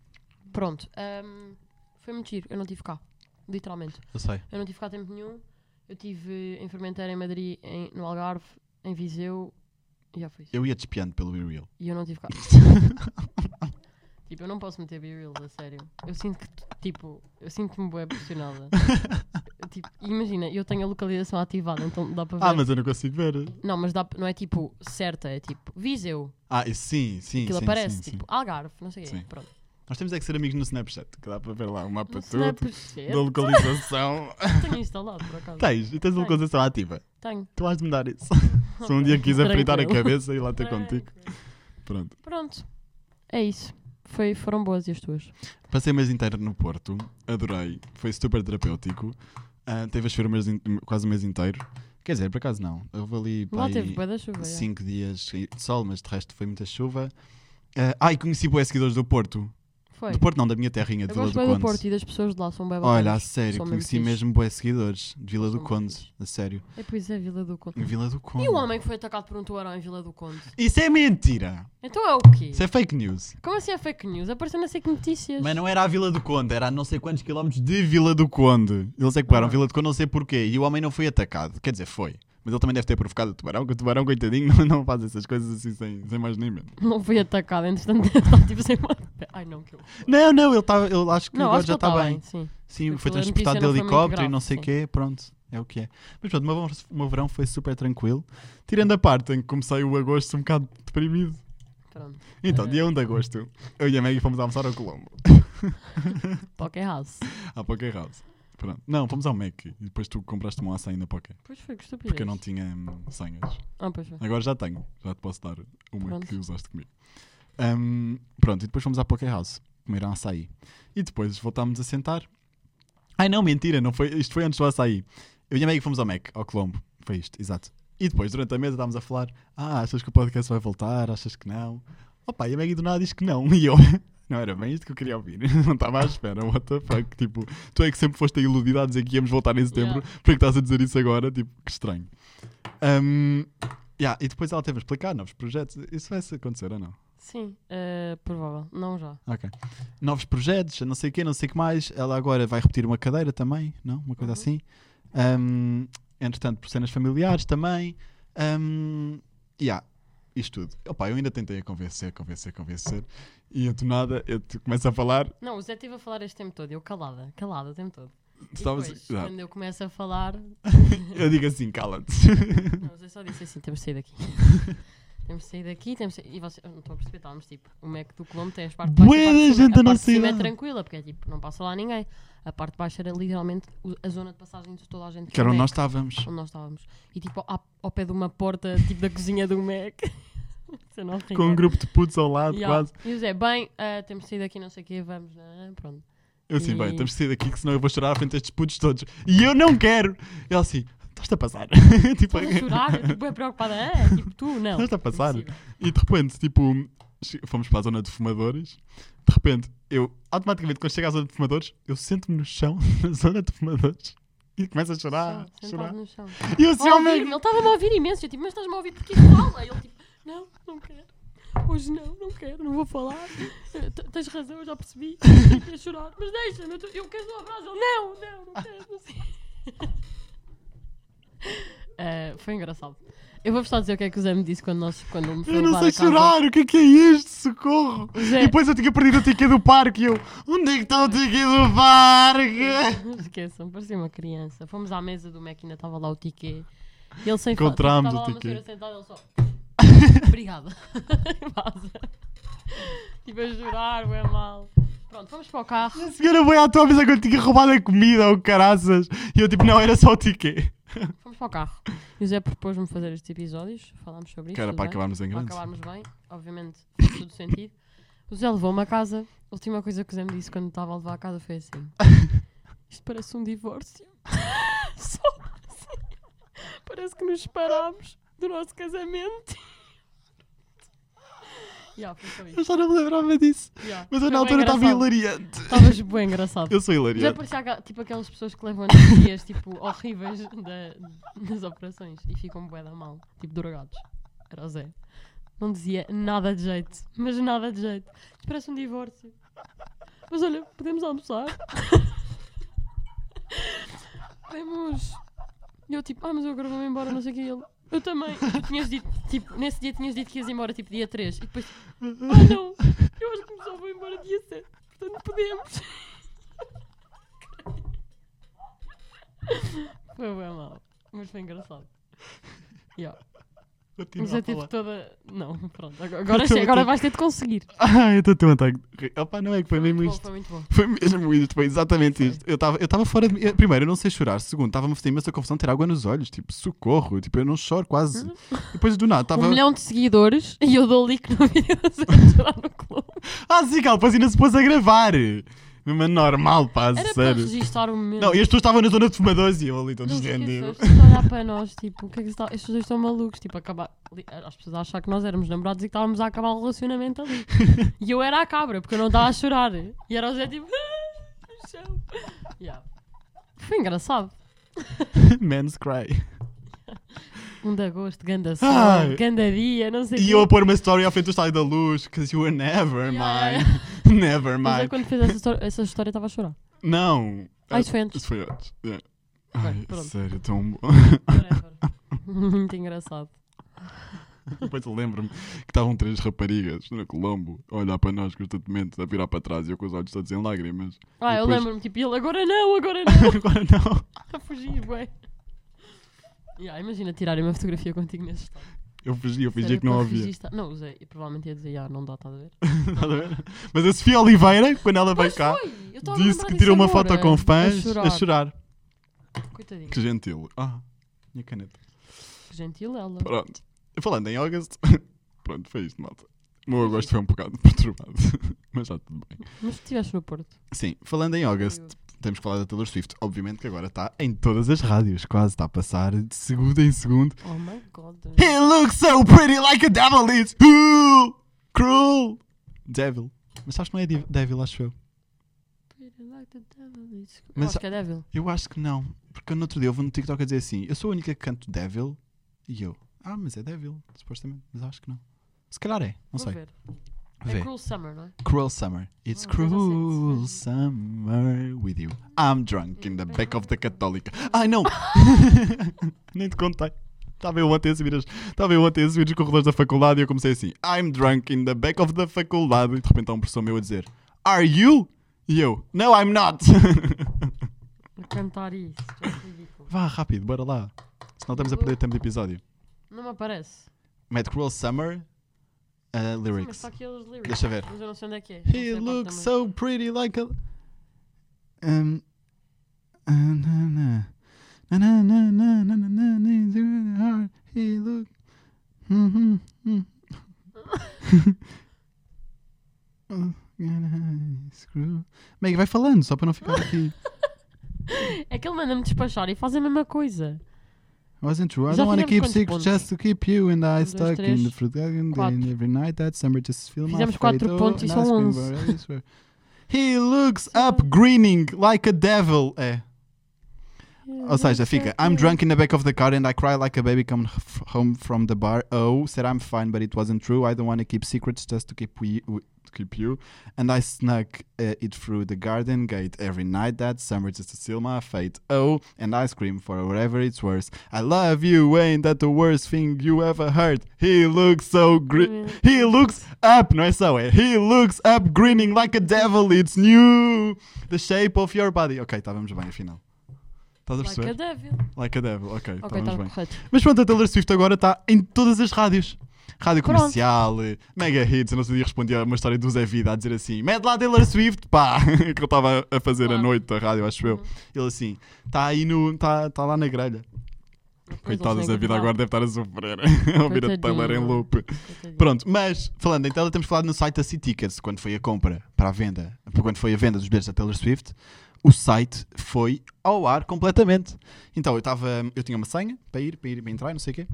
Pronto, ehm, foi muito giro, eu não tive cá. Literalmente.
Eu sei.
Eu não tive cá tempo nenhum. Eu tive em Fermenteira, em Madrid, em- no Algarve, em Viseu. E já foi isso.
Eu ia despiando pelo Be Real.
E eu não
[laughs]
tive cá. tipo, eu não posso meter B-Reels, a sério. Eu sinto que, tipo, eu sinto-me bué
[laughs]
pressionada. tipo, imagina, eu tenho a localização ativada, então dá para ver.
Ah, mas eu não consigo ver.
Não, mas dá, não é tipo certa, é tipo Viseu.
Ah, isso sim, sim.
Aquilo
sim,
aparece,
sim, sim.
tipo Algarve, não sei o quê.
Sim.
Pronto.
Nós temos é que ser amigos no Snapchat, que dá para ver lá o mapa
Não é
todo,
Snapchat.
da
[laughs]
localização.
Tenho instalado, por acaso.
tens, e tens a localização ativa.
Tenho.
Tu vais de mudar
[laughs]
isso. Se um dia quiser fritar a
Tranquilo.
cabeça e lá ter contigo. Pronto.
Pronto. É isso. Foi, foram boas e as tuas.
Passei o mês inteiro no Porto, adorei, foi super terapêutico. Ah, teve a chover o mês in- quase o mês inteiro. Quer dizer, por acaso não. Eu vou ali para
Lá teve
aí
boa da chuva. é.
5 dias de sol, mas de resto foi muita chuva. Ah, ai, conheci boas seguidores do Porto.
Foi.
Do Porto não, da minha terrinha, de
Eu
Vila
gosto
do
bem do
Conde.
Porto e das pessoas de lá são bem bacanas.
Olha, a sério,
São
conheci
fixe.
mesmo boas seguidores de Vila do
São
Conde,
fixe.
a sério.
É, pois é, Vila do Conde.
Em Vila do Conde.
E o homem que foi atacado por um tubarão em Vila do Conde?
Isso é mentira!
Então é o quê?
Isso é fake news.
Como assim é fake news? Apareceu na SIC Notícias.
Mas não era a Vila do Conde, era a não sei quantos quilómetros de Vila do Conde. Eles é que
Ah.
pararam Vila do Conde, não sei porquê. E o homem não foi atacado. Quer dizer, foi. Mas ele também deve ter provocado o tubarão, que o tubarão, coitadinho, [laughs] não, não faz essas coisas assim sem, sem mais nem menos.
Não foi atacado, entretanto [laughs] estava tipo sem uma... Ai não, que eu...
Não, não, ele, tá, ele acho que
Não,
agora
acho que
já
ele
está
tá
bem.
sim.
Sim,
Porque
foi
aquilo da
transportado
notícia
de
não foi muito
helicóptero e
grave,
não sei o
sim.
quê, pronto, é o que é. Mas pronto, o meu, verão- o meu verão foi super tranquilo, tirando a parte em que comecei o agosto um bocado deprimido.
Pronto.
Então, dia 1 de agosto, eu e a Maggie fomos almoçar ao Colombo,
Poké House.
à Poké House. Pronto. Não, fomos ao Mac e depois tu compraste uma açaí na Poké,
Pois foi, que estupidez.
porque eu não tinha hum, senhas.
Ah, pois foi.
Agora já tenho, já te posso dar uma
Pronto.
que usaste comigo. Hum, pronto, e depois fomos à Poké House comer um açaí. E depois voltámos a sentar. Ai não, mentira, não foi, isto foi antes do açaí. Eu e a Maggie fomos ao Mac, ao Colombo. Foi isto, exato. E depois, durante a mesa, estávamos a falar: Ah, achas que o podcast vai voltar? Achas que não? Opa, e a Maggie do nada diz que não. [laughs] E eu, não era bem isto que eu queria ouvir. [laughs] Não estava à espera, what the fuck. Tipo, tu é que sempre foste a iludida a dizer que íamos voltar em setembro.
Yeah.
Por que estás a dizer isso agora? Tipo, que estranho. Hum, Yeah, e depois ela teve a explicar novos projetos. Isso vai se acontecer ou não?
Sim, eh, provável. Não já.
Ok. Novos projetos, não sei o quê, não sei o que mais. Ela agora vai repetir uma cadeira também, não? Uma
Uhum.
coisa assim. Ahm, entretanto, por cenas familiares também. Ahm, yeah, isto tudo. Opa, eu ainda tentei a convencer, convencer, convencer. E eu do nada, eu te começo a falar.
Não, o Zé esteve a falar este tempo todo. Eu calada, calada o tempo todo. E
Estavas-
depois,
Yeah.
quando eu começo a falar,
Eu digo
[laughs]
assim, cala-te.
Não, mas eu só disse assim, temos de sair
[laughs]
daqui. temos de sair daqui, temos de sair... E vocês, eu não estou a perceber, estávamos tipo, o Mac do Colombo tem as partes
Bué
baixas e a parte de cima.
da gente da
a parte
nossa
de cima é
idade.
tranquila, porque é tipo, não passa lá ninguém. A parte baixa era literalmente o- a zona de passagem de toda a gente.
que
do
era onde
Mac,
nós estávamos.
onde nós estávamos. E tipo, ao, ao pé de uma porta, tipo da cozinha do Mac. [laughs] Isso é não
Com um grupo de putos ao lado,
Yeah.
quase.
E o Zé, bem, ah, temos de sair daqui, não sei o quê, vamos, né? pronto.
Eu assim, bem,
E-
temos de sair daqui, que senão eu vou chorar à frente destes putos todos. E eu não quero! Ele assim, estás-te a passar. [laughs] tipo,
Estás a chorar, eu tipo, é preocupada, é? Tipo, tu, não.
Não está tá a passar.
Impossível.
E de repente, tipo, che- fomos para a zona de fumadores. De repente, eu, automaticamente, quando chego à zona de fumadores, eu sento-me no chão, [laughs] na zona de fumadores, e começo a chorar,
Sentado
chorar.
no chão.
E eu assim,
a
oh,
ouvir-me.
meu
Ele estava-me a ouvir imenso. Eu tipo, mas estás-me a ouvir porque fala? Ele tipo, não, não quero. Hoje não, não quero, não vou falar. Eh, t- Tens razão, eu já
[laughs]
percebi. Eu ia chorar. Mas deixa-me, eu, tô- eu quero só um abraço. Ele, não, [laughs] não, não quero. Não sei. Eh, foi engraçado. Eu vou-vos só dizer o que é que o Zé me disse quando, nós, quando ele me foi
Eu não
levar
sei
a casa.
chorar, o que é que é isto? Socorro!
Zé.
E depois eu tinha perdido o ticket do parque e eu, onde é que está o ticket do parque?
[laughs] Esqueçam, parecia uma criança. Fomos à mesa do Mac e ainda estava lá o Tiquê. E ele sem
Encontramos
fa-
o
tipo, tava lá uma senhora
Tiquê.
sentada, ele só. [laughs] Obrigada. Vaza. Tipo a jurar, é mal. Pronto, fomos para o carro.
A senhora foi à tua mesa que eu tinha roubado a comida ou caraças. E eu tipo, não, era só o ticket.
Fomos para o carro. E o Zé propôs-me fazer estes episódios. Falámos sobre isso.
Que era
tudo
para
bem.
acabarmos em
Para
grande.
acabarmos bem, obviamente, faz todo sentido. O Zé levou-me a casa. A última coisa que o Zé me disse quando estava a levar a casa foi assim: [laughs] Isto parece um divórcio. [laughs] Só assim. Parece que nos separámos do nosso casamento. [laughs] Já, foi só
Eu
isso.
já não me lembrava disso.
Ya,
Mas
foi
eu
bué
na altura estava
é engraçado.
hilariante.
Estavas bem engraçado.
Eu sou
Já
hilariante.
parecia aqua- tipo aquelas pessoas que levam anestesias tipo, horríveis da- das operações e ficam bué da mal, tipo drogados. Era o Zé. Não dizia nada de jeito, mas nada de jeito. Isto Parece um divórcio. Mas olha, podemos almoçar. [laughs] podemos. E eu tipo, ah, mas eu agora vou-me embora, não sei o que. Ele, eu também. Tu tinhas dito, tipo, nesse dia tinhas dito que ias embora, tipo, dia 3. E depois, ah não, eu acho que me só vou embora dia 7. Portanto, podemos. Foi bem mal, mas foi engraçado. Yeah.
Continua
Mas eu
a falar.
tive toda. Não, pronto, agora, agora,
Eu
chega, agora
tive-
vais ter de conseguir.
Ai, eu estou a ter um ataque. de rir. Opa, não é que foi mesmo
Muito bom,
isto.
foi muito bom.
Foi mesmo isto, foi exatamente isto. Eu estava eu tava fora de mim. Eu- Primeiro, eu não sei chorar. Segundo, estava-me a fazer imensa confusão ter água nos olhos. Tipo, socorro. Tipo, eu não choro quase.
Hum.
Depois do nada, estava.
Um milhão de seguidores e eu dou like no [laughs] vídeo da Zé lá no clube.
Ah, Zigal, depois ainda se pôs a gravar. Mesmo é normal, pá, a
Era para
sério.
registar o momento.
Não, e as pessoas estavam na zona de fumadores e eu ali todo
Não sei o que é que
desdendido.
as pessoas estão a olhar para nós, tipo, o que é que está... estes dois estão malucos, tipo, acabar... li- as pessoas a achar que nós éramos namorados e que estávamos a acabar o relacionamento
[laughs]
ali. E eu era a cabra, porque eu não estava a chorar. E era o Zé tipo, [laughs] "Ah, no chão." Yeah. Foi engraçado.
Men's cry.
1 de agosto, ganda sol,
Ai.
ganda dia, não sei o
E
quê.
eu a pôr uma story à frente do estádio da luz, because you were
Yeah,
never mine.
yeah,
[laughs] Never
Mas eu
mine.
quando fez essa, histó- essa história estava a chorar.
Não.
Ah, isso foi antes.
Isso foi antes. yeah.
Ok,
Ai,
pronto.
sério, tão bom.
Whatever. [laughs] Muito engraçado.
Depois eu lembro-me que estavam três raparigas no Colombo a olhar para nós constantemente, a virar para trás e eu com os olhos todos em lágrimas.
Ah,
E
eu
depois-
lembro-me, tipo, e ele agora não, [laughs] agora não, [laughs]
Agora não.
a fugir, bué. Yeah, imagina tirarem uma fotografia contigo nesse estado.
Eu fingi, eu fingi
Sério,
que não
para
ouvia.
registar- Não, usei. E provavelmente ia dizer, ah, não dá, estás a ver?
Estás a ver? Mas a Sofia Oliveira, quando ela veio
Mas
cá,
foi! Eu tava a
disse
lembrar
que
disso
tirou uma
agora,
foto com fãs
A chorar.
a chorar.
Coitadinho.
Que gentil. Ah, minha caneta.
Que gentil ela.
Pronto. Falando em August, [laughs] pronto, foi isto, malta. O meu agosto foi um bocado [laughs] perturbado, mas já tudo bem.
Mas tu estiveste no Porto.
Sim, falando em August, temos que falar da Taylor Swift. Obviamente que agora está em todas as rádios, quase está a passar de segundo em segundo.
Oh my god.
[laughs] He looks so pretty like a devil is who? Cruel. Devil. Mas sabes que não é div- devil, acho eu. Mas-
Mas acho que é Devil.
Eu acho que não, porque no outro dia houve um TikTok a dizer assim: Eu sou a única que canto Devil e eu. Ah, mas é Devil, supostamente, mas acho que não. Se calhar é, não
Vou
sei.
ver.
Vê.
É Cruel Summer, não é?
Cruel Summer. It's
Ah, coisa assim,
cruel
sim.
summer with you. I'm drunk in the back of the Católica. Ai não! [laughs] Nem te contei. Estava eu ontem a subir as, estava eu ontem a subir os corredores da faculdade e eu comecei assim: I'm drunk in the back of the faculdade. E de repente há um professor meu a dizer: Are you? E eu: No, I'm not. [laughs]
Para cantar isso. já é ridículo.
Vá rápido, bora lá. Senão estamos a perder tempo de episódio.
Não me aparece.
Mete Cruel Summer uh,
Sim, mas
lyrics.
está aqui os lyrics.
Deixa ver.
Mas eu não sei onde é que é. Não sei
He
a parte
looks
da
so pretty like a. Um. uh, na, na. Na, na, na, na, na, na, na, na, na, na, na, He look. Mhm,
[laughs]
mhm. [laughs] Oh, yeah, Screw. Meg, vai falando, só para não ficar aqui.
música. É que ele manda-me despachar e faz a mesma coisa.
Wasn't true. I
Já
don't want to
fizemos
keep
quantos
secret
pontos?
just to keep you and I
dois,
stuck
três,
in the fruit garden
quatro.
and every night that summer just feel my
Fizemos
fate.
quatro
Oh,
pontos e
and
são
ice cream
onze.
were Eh. elsewhere. He looks up grinning like a devil. É. Ou seja, fica I'm drunk in the back of the car and I cry like a baby coming f- home from the bar. Oh, said I'm fine, but it wasn't true. I don't want to keep secrets just to keep we, we- to keep you. And I snuck uh, it through the garden gate every night that summer just to seal my fate. Oh, and I scream for whatever it's worth. I love you, ain't that the worst thing you ever heard? He looks so green. He looks up, não é só é. He looks up grinning like a devil. It's new. The shape of your body. Ok, estávamos bem, afinal. Estás a
Like
perceber?
a devil.
Like a Devil, ok,
Ok,
estamos
está
Então, bem.
correto.
Mas pronto, a Taylor Swift agora está em todas as rádios. Rádio
Pronto.
comercial, eh, mega hits. Eu não sabia responder a uma história do Zé Vida a dizer assim: mete lá a Taylor Swift, pá! [laughs] que ele estava a fazer à
Claro. Uhum.
noite da rádio, acho eu. Ele assim: está aí no. está tá lá na grelha.
Pois,
Coitado, o
eles
Zé
têm que
Vida
levar.
agora deve estar a sofrer [laughs] a ouvir a Taylor em
Coitadinho.
loop.
Coitadinho.
Pronto, mas falando em tela, temos falado no site da C-Tickets, quando foi a compra para a venda, quando foi a venda dos bilhetes da Taylor Swift, o site foi ao ar completamente. Então eu estava, eu tinha uma senha para ir, para ir, para entrar, não sei o quê.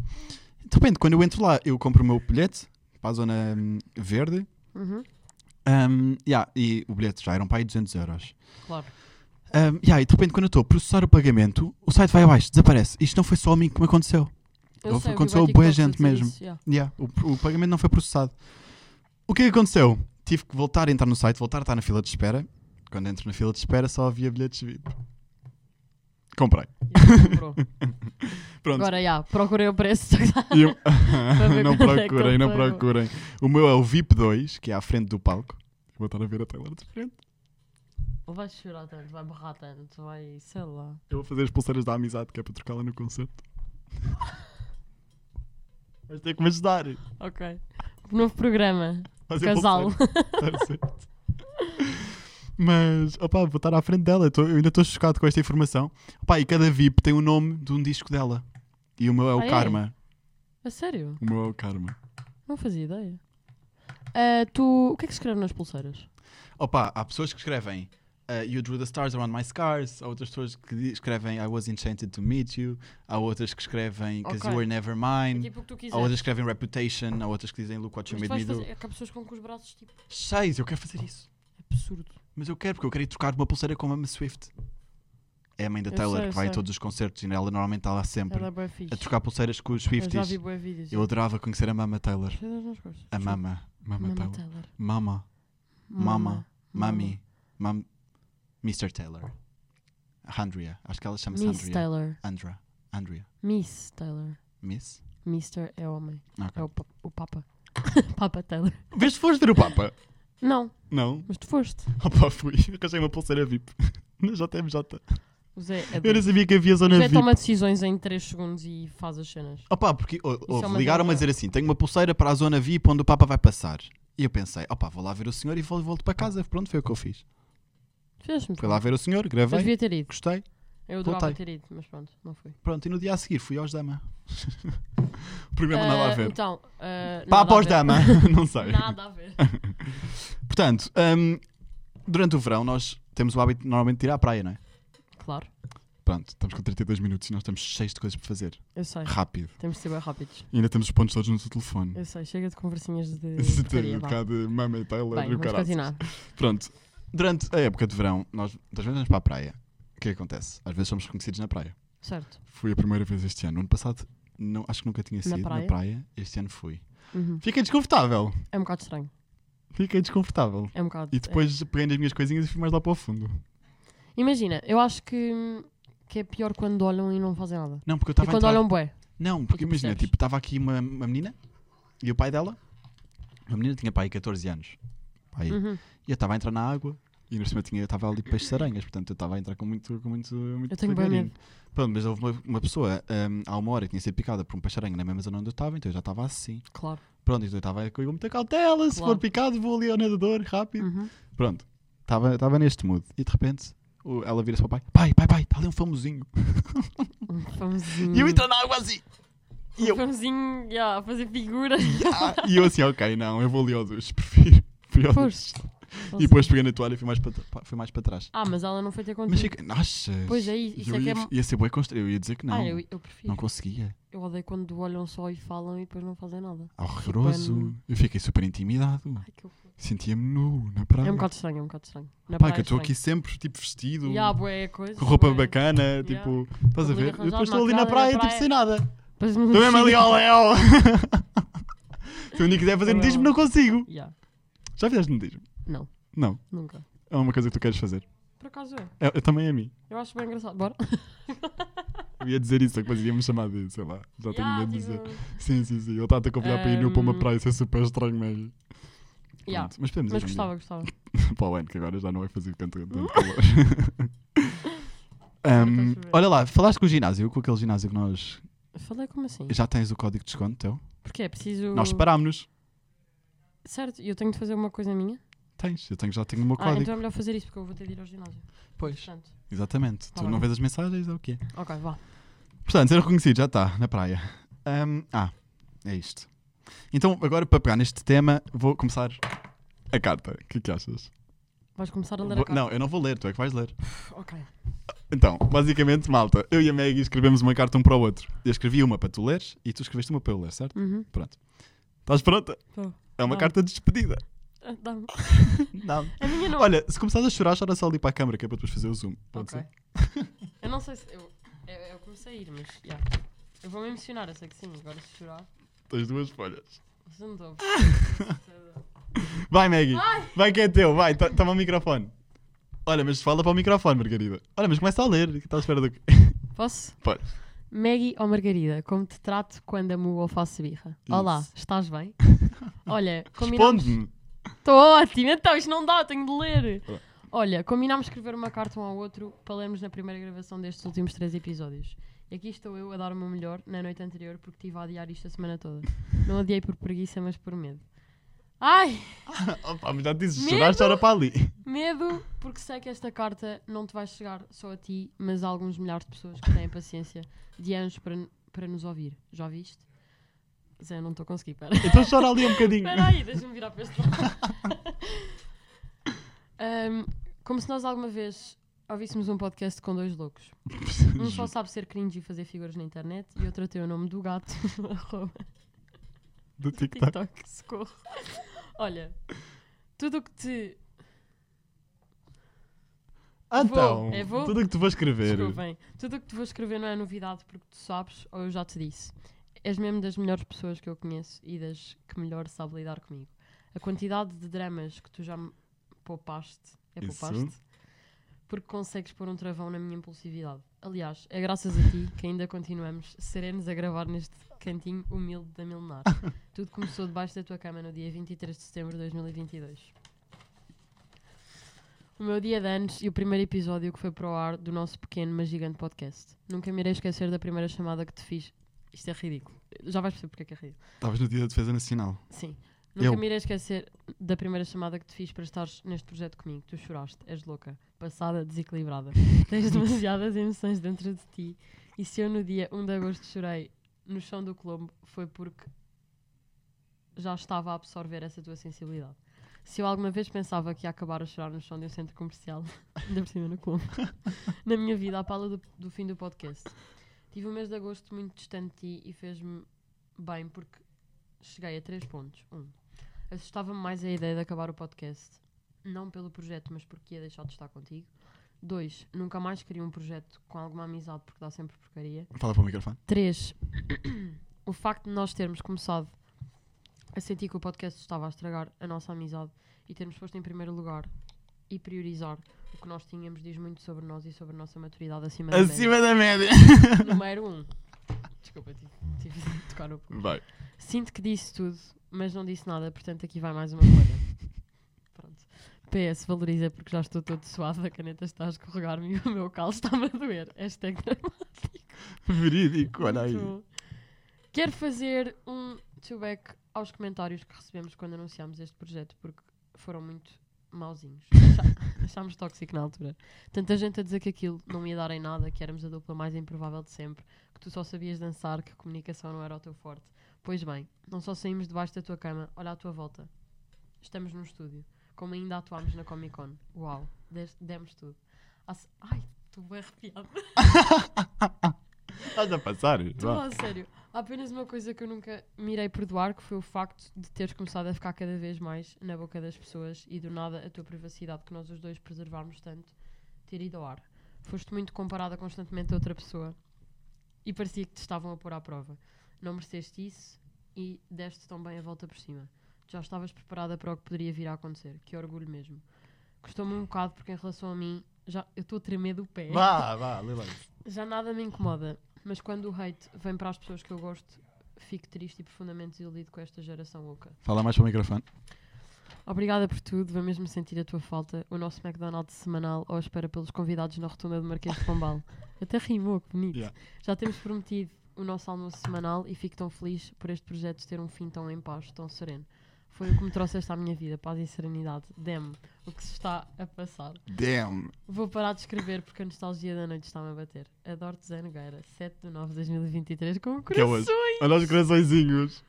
De repente, quando eu entro lá, eu compro o meu bilhete para a zona hum, verde.
Uhum.
Hum, yeah, e o bilhete já era um pai de 200 euros.
Claro.
Hum, yeah, e de repente, quando eu estou a processar o pagamento, o site vai abaixo, desaparece. Isto não foi só a mim que me aconteceu.
Eu
Houve-
sei, eu vi
aconteceu a
bué
boa
TikToks a
gente
dizer
mesmo.
isso, yeah.
Yeah, o, o pagamento não foi processado. O que é que aconteceu? Tive que voltar a entrar no site, voltar a estar na fila de espera. Quando entro na fila de espera só havia bilhetes VIP. Comprei.
Yeah,
[laughs]
comprou.
Pronto.
Agora, já, procurei o preço. [laughs]
E eu-
ver
[laughs] não
quando é que
procurem, não
comprei.
procurem. O meu é o VIP 2, que é à frente do palco. Vou estar a ver a Taylor de frente.
Ele vai chorar tanto, vai borrar tanto, vai, sei lá.
Eu vou fazer as pulseiras da amizade, que é para trocá-la no concerto. [laughs] Vais ter que me ajudar.
Ok. Novo programa.
Fazer
Casal.
pulseiras. Tá certo. Mas, opá, vou estar à frente dela. Eu, tô- eu ainda estou chocado com esta informação. Opá, e cada VIP tem o nome de um disco dela. E o meu é o
Ah, é?
Karma.
A sério?
O meu é o Karma.
Não fazia ideia. Ah, tu, o que é que se escreve nas pulseiras?
Opá, há pessoas que escrevem eh, You drew the stars around my scars. Há outras pessoas que di- escrevem I was enchanted to meet you. Há outras que escrevem Cause
Ok.
you were never mine.
Tipo o que tu
Há outras que escrevem Reputation. Há outras que dizem Look what you made me do.
é que há pessoas com os braços tipo.
Seis, eu quero fazer isso.
Absurdo.
Mas eu quero, porque eu quero ir trocar uma pulseira com a Mama Swift. É a mãe da
Eu
Taylor
sei,
que vai a
sei.
todos os concertos e ela normalmente está lá sempre
Ela é bem fixe.
a trocar pulseiras com
Eu
os
já vi
Swifties.
bué vídeos.
Eu adorava conhecer a Mama Taylor.
Sei das duas coisas.
A é Mama. Mama,
Mama
Taylor.
Taylor.
Mama. Mama.
Mama.
Mami. Mam... Mr. Taylor. Andrea. Acho que ela chama-se
Miss
Andrea.
Taylor.
Andra. Andrea.
Miss Taylor.
Miss?
Mister é homem. É
Ok.
o, pa- o Papa. [laughs] Papa Taylor.
Vês se foste ver o Papa?
Não,
Não.
mas tu foste.
Opa, fui. Arranjei uma pulseira [laughs] VIP. Na JMJ.
O Zé é
Eu não
doido.
sabia que havia
O
zona
Zé
VIP.
toma decisões em 3 segundos e faz as cenas.
Opa, porque ou- ouve,
é uma
ligaram-me
zona-
a dizer assim: tenho uma pulseira para a zona VIP onde o Papa vai passar. E eu pensei: opa, vou lá ver o senhor e vol- volto para casa. Pronto, foi o que eu fiz.
Fez-me.
Fui lá ver o senhor,
Mas
gravei,
devia ter ido.
gostei.
Eu adorava
Voltei.
ter ido, mas pronto, não fui.
Pronto, e no dia a seguir fui aos Dama. [laughs] o programa nada a
Ah,
ver.
Então, ah, nada
Papa
a
aos
ver.
Dama, [laughs] não sei.
Nada a
[laughs]
ver.
Portanto, hum, durante o verão nós temos o hábito normalmente de ir à praia, não é?
Claro,
Pronto, estamos com 32 minutos e nós estamos cheios de coisas para fazer.
eu sei.
Rápido.
Temos de ser bem rápidos.
E ainda temos os pontos todos no telefone.
Eu sei, chega de conversinhas de.
Se [laughs]
porcaria,
tem um
vá.
bocado [laughs] de mama e é Taylor
Bem,
e o
vamos
caralho.
continuar.
Pronto, durante a época de verão, nós das vezes vamos para a praia. O que é que acontece? Às vezes somos reconhecidos na praia.
Certo.
Fui a primeira vez este ano. No ano passado, não, acho que nunca tinha
Na
sido na
praia?
praia. Este ano fui.
Uhum.
Fiquei desconfortável.
É um bocado estranho.
Fiquei desconfortável.
É um bocado.
E depois peguei nas minhas coisinhas e fui mais lá para o fundo.
é. Imagina, eu acho que, que é pior quando olham e não fazem nada.
Não, porque eu
E
estava a
quando
entrar...
olham bué.
Não, porque
E tu
imagina,
percebes?
tipo, estava aqui uma, uma menina e o pai dela. A menina tinha pai 14 anos. Pai.
Uhum.
E eu estava a entrar na água e no cima tinha, eu estava ali peixe-aranhas, portanto eu estava a entrar com muito. Com muito, muito
Eu tenho bem
devagarinho.
medo.
Pronto, mas houve uma, uma pessoa hum, há uma hora que tinha sido picada por um peixe-aranha na mesma zona onde eu estava, então eu já estava assim.
Claro.
Pronto, então eu estava com muita cautela, se
Claro.
for picado vou ali ao nadador, rápido.
Uhum.
Pronto, estava estava neste mood e de repente o- ela vira-se para o pai: pai, pai, pai, está ali um famosinho.
Um famosinho.
E eu entro na água assim.
[laughs]
E eu,
Um famosinho,
[laughs]
yeah, a fazer figuras.
Ah, e eu assim, ok, não, eu vou ali ao duche, [laughs] prefiro. Fui ao duche.
Foste.
E depois peguei na toalha e fui mais para, tra- pá, fui mais para trás.
Ah, mas ela não foi ter contigo.
Mas fica. Nossa!
Pois é, isso
eu
é que
ia,
é mo-
ia ser boi constrangedor. Eu ia dizer que não.
Ah, eu, eu prefiro.
Não conseguia.
Eu odeio quando olham só e falam e depois não fazem nada.
Horroroso.
Super-
Eu fiquei super intimidado.
Ai, que horror.
Sentia-me nu na praia.
É um bocado estranho, é um bocado estranho. Na
Pá,
praia
que eu estou
é
aqui
estranho.
sempre, tipo, vestido,
Ya, bué, coisa,
com roupa
bué.
bacana, tipo, estás a
Tudo
ver?
arranjado,
E depois estou ali na
maquilhada,
praia,
na
tipo,
praia. [laughs]
sem nada.
Pois não-
Estou mesmo ali ao
[laughs]
léu. Se o Nico quiser fazer
Também
notismo,
não.
não consigo.
Ya,
Já fizeste notismo?
Não,
Não.
nunca.
É uma coisa que tu queres fazer.
Por acaso é.
É, é também a mim.
Eu acho bem engraçado. Bora.
Eu ia dizer isso, depois ia-me chamar de, sei lá, já tenho
Ya,
medo de dizer.
tipo,
Sim, sim, sim. Ele está-te a convidar para ir nu para uma
Ahm.
praia, isso é super estranho, mesmo.
ya.
Pronto, Mas podemos
Mas
ir um dia.
gostava, gostava.
[laughs] para o ano, que agora já não vai fazer tanto,
[laughs]
tanto calor. Ahm,
chover.
olha lá, falaste com o ginásio, com aquele ginásio que nós.
Falei como assim?
Já tens o código de desconto teu?
Porque é preciso.
Nós separámos-nos.
Certo, eu tenho de fazer uma coisa minha.
Tens, eu tenho, já tenho o meu
Ah,
Um código.
então é melhor fazer isso porque eu vou ter de ir ao ginásio.
Pois.
Portanto,
Exatamente.
Tá
tu
bem.
não vês as mensagens, é o quê?
ok, vá.
Portanto, ser reconhecido, já está, na praia. Ahm, ah, é isto. Então, agora para pegar neste tema, vou começar a carta. O que é que achas?
Vais começar a ler
Vou-
a carta.
não, eu não vou ler, tu é que vais ler.
Ok.
Então, basicamente, malta, eu e a Maggie escrevemos uma carta um para o outro. Eu escrevi uma para tu leres e tu escreveste uma para eu ler, certo?
Uhum.
Pronto. Estás pronta?
Estou.
É uma
Não.
carta de despedida.
Ah, Dá-me.
Não.
A minha não.
Olha, se começares a chorar, chora só ali para a câmara, que é para depois fazer o zoom. Pode
Ok.
ser?
eu não sei se. Eu, eu, eu comecei a ir, mas. já. Eu vou me emocionar, eu sei que sim. Agora se chorar.
Tens duas folhas.
Você não estou.
Vai, Maggie. Vai que é teu, vai. to- Toma o microfone. Olha, mas fala para o microfone, Margarida. Olha, mas começa a ler. que Estás à espera do quê? [laughs]
Posso?
Pode.
Maggie ou Margarida, como te trato quando amo ou faço birra? Olá,
Isso.
estás
[laughs]
bem? Olha, combinamos.
Responde-me.
Estou ótimo, então isto não dá, tenho de ler.
Olá.
Olha, combinámos escrever uma carta um ao outro para lermos na primeira gravação destes últimos três episódios. E aqui estou eu a dar o meu melhor na noite anterior porque estive a adiar isto a semana toda. Não adiei por preguiça, mas por medo. Ai,
Opa, mas já te disse, se
Medo.
chorar, chora para ali.
medo porque sei que esta carta não te vai chegar só a ti, mas a alguns milhares de pessoas que têm paciência de anos para, para nos ouvir. Já viste? Zé, eu não estou a conseguir, pera.
Então chora ali um bocadinho.
Espera aí, deixa-me virar para este lado. Ahm, como se nós alguma vez ouvíssemos um podcast com dois loucos. Um só sabe ser cringe e fazer figuras na internet e outro tem o nome do gato [laughs] arroba
[laughs] Do TikTok.
TikTok, socorro. Olha, tudo o que te...
Ah, Então,
É, vou.
tudo o que tu vais escrever.
Desculpem. Tudo o que te vou escrever não é novidade porque tu sabes ou eu já te disse. És mesmo das melhores pessoas que eu conheço e das que melhor sabe lidar comigo. A quantidade de dramas que tu já me poupaste é
Isso.
poupaste porque consegues pôr um travão na minha impulsividade. Aliás, é graças a ti que ainda continuamos serenos a gravar neste cantinho humilde da milenar. Tudo começou debaixo da tua cama no dia 23 de setembro de 2022. O meu dia de anos e o primeiro episódio que foi para o ar do nosso pequeno mas gigante podcast. Nunca me irei esquecer da primeira chamada que te fiz. Isto é ridículo. Já vais perceber porque é que é ridículo.
Estavas no dia da Defesa Nacional.
Sim. Nunca
Eu.
me irei esquecer da primeira chamada que te fiz para estares neste projeto comigo. Tu choraste, és louca, passada, desequilibrada. Tens demasiadas emoções dentro de ti. E se eu no dia 1 de agosto chorei no chão do Colombo, foi porque já estava a absorver essa tua sensibilidade. Se eu alguma vez pensava que ia acabar a chorar no chão de um centro comercial, [laughs] ainda por cima no Colombo, [laughs] na minha vida, à pala do, do fim do podcast. Tive um mês de agosto muito distante de ti e fez-me bem porque cheguei a três pontos. Um, assustava-me mais a ideia de acabar o podcast, não pelo projeto, mas porque ia deixar de estar contigo. Dois, nunca mais queria um projeto com alguma amizade porque dá sempre porcaria.
Fala para o microfone.
3. [coughs] O facto de nós termos começado a sentir que o podcast estava a estragar a nossa amizade e termos posto em primeiro lugar e priorizar o que nós tínhamos diz muito sobre nós e sobre a nossa maturidade acima da média.
Acima da média.
Número 1. Um. [laughs] Desculpa, tive, tive de tocar [laughs] no pulo.
Vai.
Sinto que disse tudo, mas não disse nada, portanto aqui vai mais uma folha. Pronto. PS, valoriza porque já estou todo suado, a caneta está a escorregar-me e o meu calo está-me a doer. Hashtag dramático.
Verídico, olha aí.
Muito. Quero fazer um to-back aos comentários que recebemos quando anunciámos este projeto, porque foram muito mauzinhos. Achá- [laughs] Achámos tóxico na altura. Tanta gente a dizer que aquilo não ia dar em nada, que éramos a dupla mais improvável de sempre, que tu só sabias dançar, que comunicação não era o teu forte. Pois bem, não só saímos debaixo da tua cama, olha à tua volta. Estamos num estúdio. como ainda atuámos na Comic Con. Uau, des- demos tudo. Ah, se- Ai, estou bem arrepiada.
Estás a passar?
Estou a
Vá.
falar sério. Há apenas uma coisa que eu nunca mirei perdoar, que foi o facto de teres começado a ficar cada vez mais na boca das pessoas e do nada a tua privacidade que nós os dois preservámos tanto ter ido ao ar. Foste muito comparada constantemente a outra pessoa e parecia que te estavam a pôr à prova. Não mereceste isso e deste tão bem a volta por cima. Já estavas preparada para o que poderia vir a acontecer. Que orgulho mesmo. Custou-me um bocado porque em relação a mim, já eu estou a tremer do pé.
Vá, vá, lê lá isso.
Já nada me incomoda, mas quando o hate vem para as pessoas que eu gosto, fico triste e profundamente desiludido com esta geração louca.
Fala mais para o microfone.
Obrigada por tudo, vou mesmo sentir a tua falta. O nosso McDonald's semanal ou espera pelos convidados na rotunda do Marquês de
[laughs]
Pombal. Até rimou, que bonito.
Yeah.
Já temos prometido o nosso almoço semanal e fico tão feliz por este projeto ter um fim tão em paz, tão sereno. Foi o que me trouxeste à minha vida, paz e serenidade. Dê-me o que se está a passar.
Damn.
Vou parar de escrever porque a nostalgia da noite está-me a bater. Adoro-te, Zé Nogueira, 7 de 9 de 2023, com
Que é hoje?
corações.
Olha os coraçõezinhos.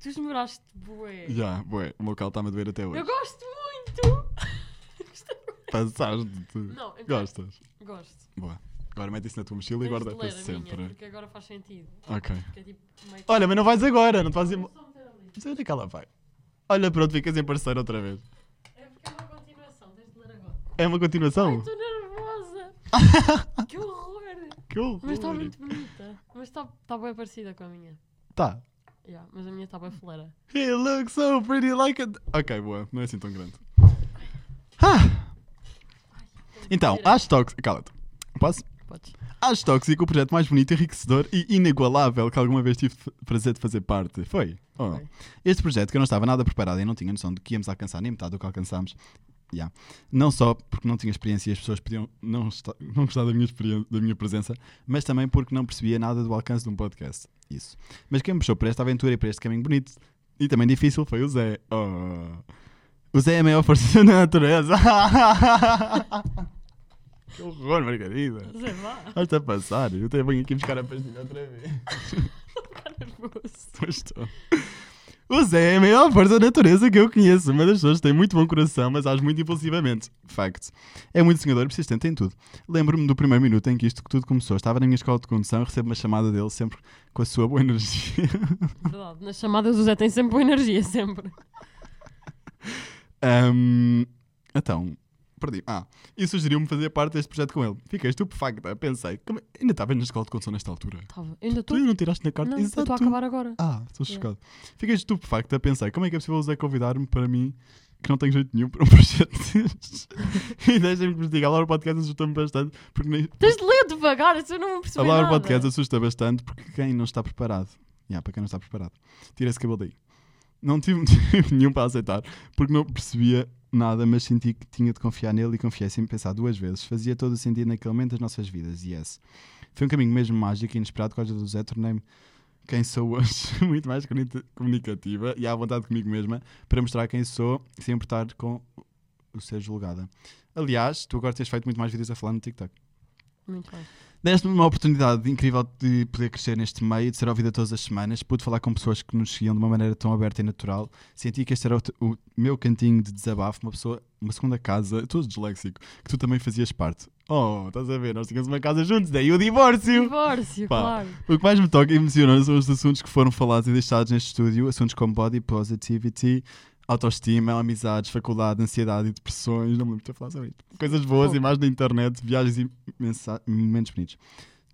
Tu esmoraste bué.
Já, bué, o meu calo está-me a doer até hoje.
Eu gosto muito. [laughs] Gostei bué.
Passaste-te.
Não, então-
Gostas?
Gosto.
Boa. Agora mete isso na tua mochila e
Tens
guarda
de
para
ler a minha,
sempre.
porque agora faz sentido.
Ok.
Porque é tipo meio que...
Olha, mas não vais agora, não te vais ir.
Só meter ali.
Mas onde é que ela vai? Olha, pronto, ficas em parceiro outra vez.
É porque é uma continuação, tens de ler agora.
É uma continuação?
Estou
[laughs]
nervosa. que horror.
que horror!
Mas está muito bonita. Mas está tá bem parecida com a minha.
Tá.
Yeah, mas a minha está bem fuleira.
He looks so pretty like a. Ok, boa, não é assim tão grande. [sighs] Ah! Então, acho tóxico. Cala-te. Posso?
Podes.
Acho tóxico o projeto mais bonito, enriquecedor e inigualável que alguma vez tive f- prazer de fazer parte. Foi? Ou não?
Foi.
Este projeto que eu não estava nada preparado e não tinha noção do que íamos alcançar, nem metade do que alcançámos. Ya. Não só porque não tinha experiência e as pessoas podiam não, esta- não gostar da minha, experiên- da minha presença, mas também porque não percebia nada do alcance de um podcast. Isso. Mas quem me puxou para esta aventura e para este caminho bonito e também difícil foi o Zé. Oh. O Zé é a maior força [laughs] da natureza. que horror, Margarida.
Zé, vá.
Estás a passar? Eu até venho aqui buscar a pastilha outra vez.
Está nervoso.
Pois estou. O Zé é a maior força da natureza que eu conheço. Uma das pessoas que tem muito bom coração, mas age muito impulsivamente. Facto. É muito sonhador e persistente em tudo. Lembro-me do primeiro minuto em que isto que tudo começou. Estava na minha escola de condução e recebo uma chamada dele sempre com a sua boa energia. [laughs]
Verdade, nas chamadas o Zé tem sempre boa energia, sempre.
Ahm, então, perdi. Ah, e sugeriu-me fazer parte deste projeto com ele. Fiquei estupefacta. Pensei, como... é- ainda estava na escola de condução nesta altura.
Tava. Ainda
Tu
estou.
ainda não tiraste na carta?
Não, eu estou a
Exato.
acabar agora.
Ah, estou
Yeah.
chocado. Fiquei estupefacto a pensar como é que é possível o Zé convidar-me para mim que não tenho jeito nenhum [laughs] para um projeto destes. [laughs] e deixem-me que vos diga, a Laura Podcast assusta-me bastante porque nem...
Tens de ler devagar, isso eu não percebi.
a Laura
nada.
Podcast assusta bastante porque quem não está preparado. Yeah, para quem não está preparado. Tira esse cabelo daí. Não tive [laughs] motivo nenhum para aceitar porque não percebia nada, mas senti que tinha de confiar nele e confiei sem pensar duas vezes. Fazia todo o sentido naquele momento das nossas vidas, yes. Foi um caminho mesmo mágico e inesperado, com a ajuda do Zé, tornei-me quem sou hoje, [laughs] muito mais comuni- comunicativa e à vontade comigo mesma para mostrar quem sou, sem importar com o ser julgada. Aliás, tu agora tens feito muito mais vídeos a falar no TikTok.
Muito bem.
Deste-me uma oportunidade incrível de poder crescer neste meio, de ser ouvida todas as semanas, pude falar com pessoas que nos seguiam de uma maneira tão aberta e natural. Senti que este era o, t- o meu cantinho de desabafo, uma pessoa, uma segunda casa, tu és disléxico, que tu também fazias parte. Oh, estás a ver, nós tínhamos uma casa juntos, daí o divórcio!
Divórcio,
Pá.
claro.
O que mais me toca e emociona são os assuntos que foram falados e deixados neste estúdio, assuntos como body positivity, autoestima, é amizades, faculdade, ansiedade e depressões, não me lembro de ter falado sobre isto. Coisas boas,
Pouco.
imagens da internet, viagens e mensa- momentos bonitos.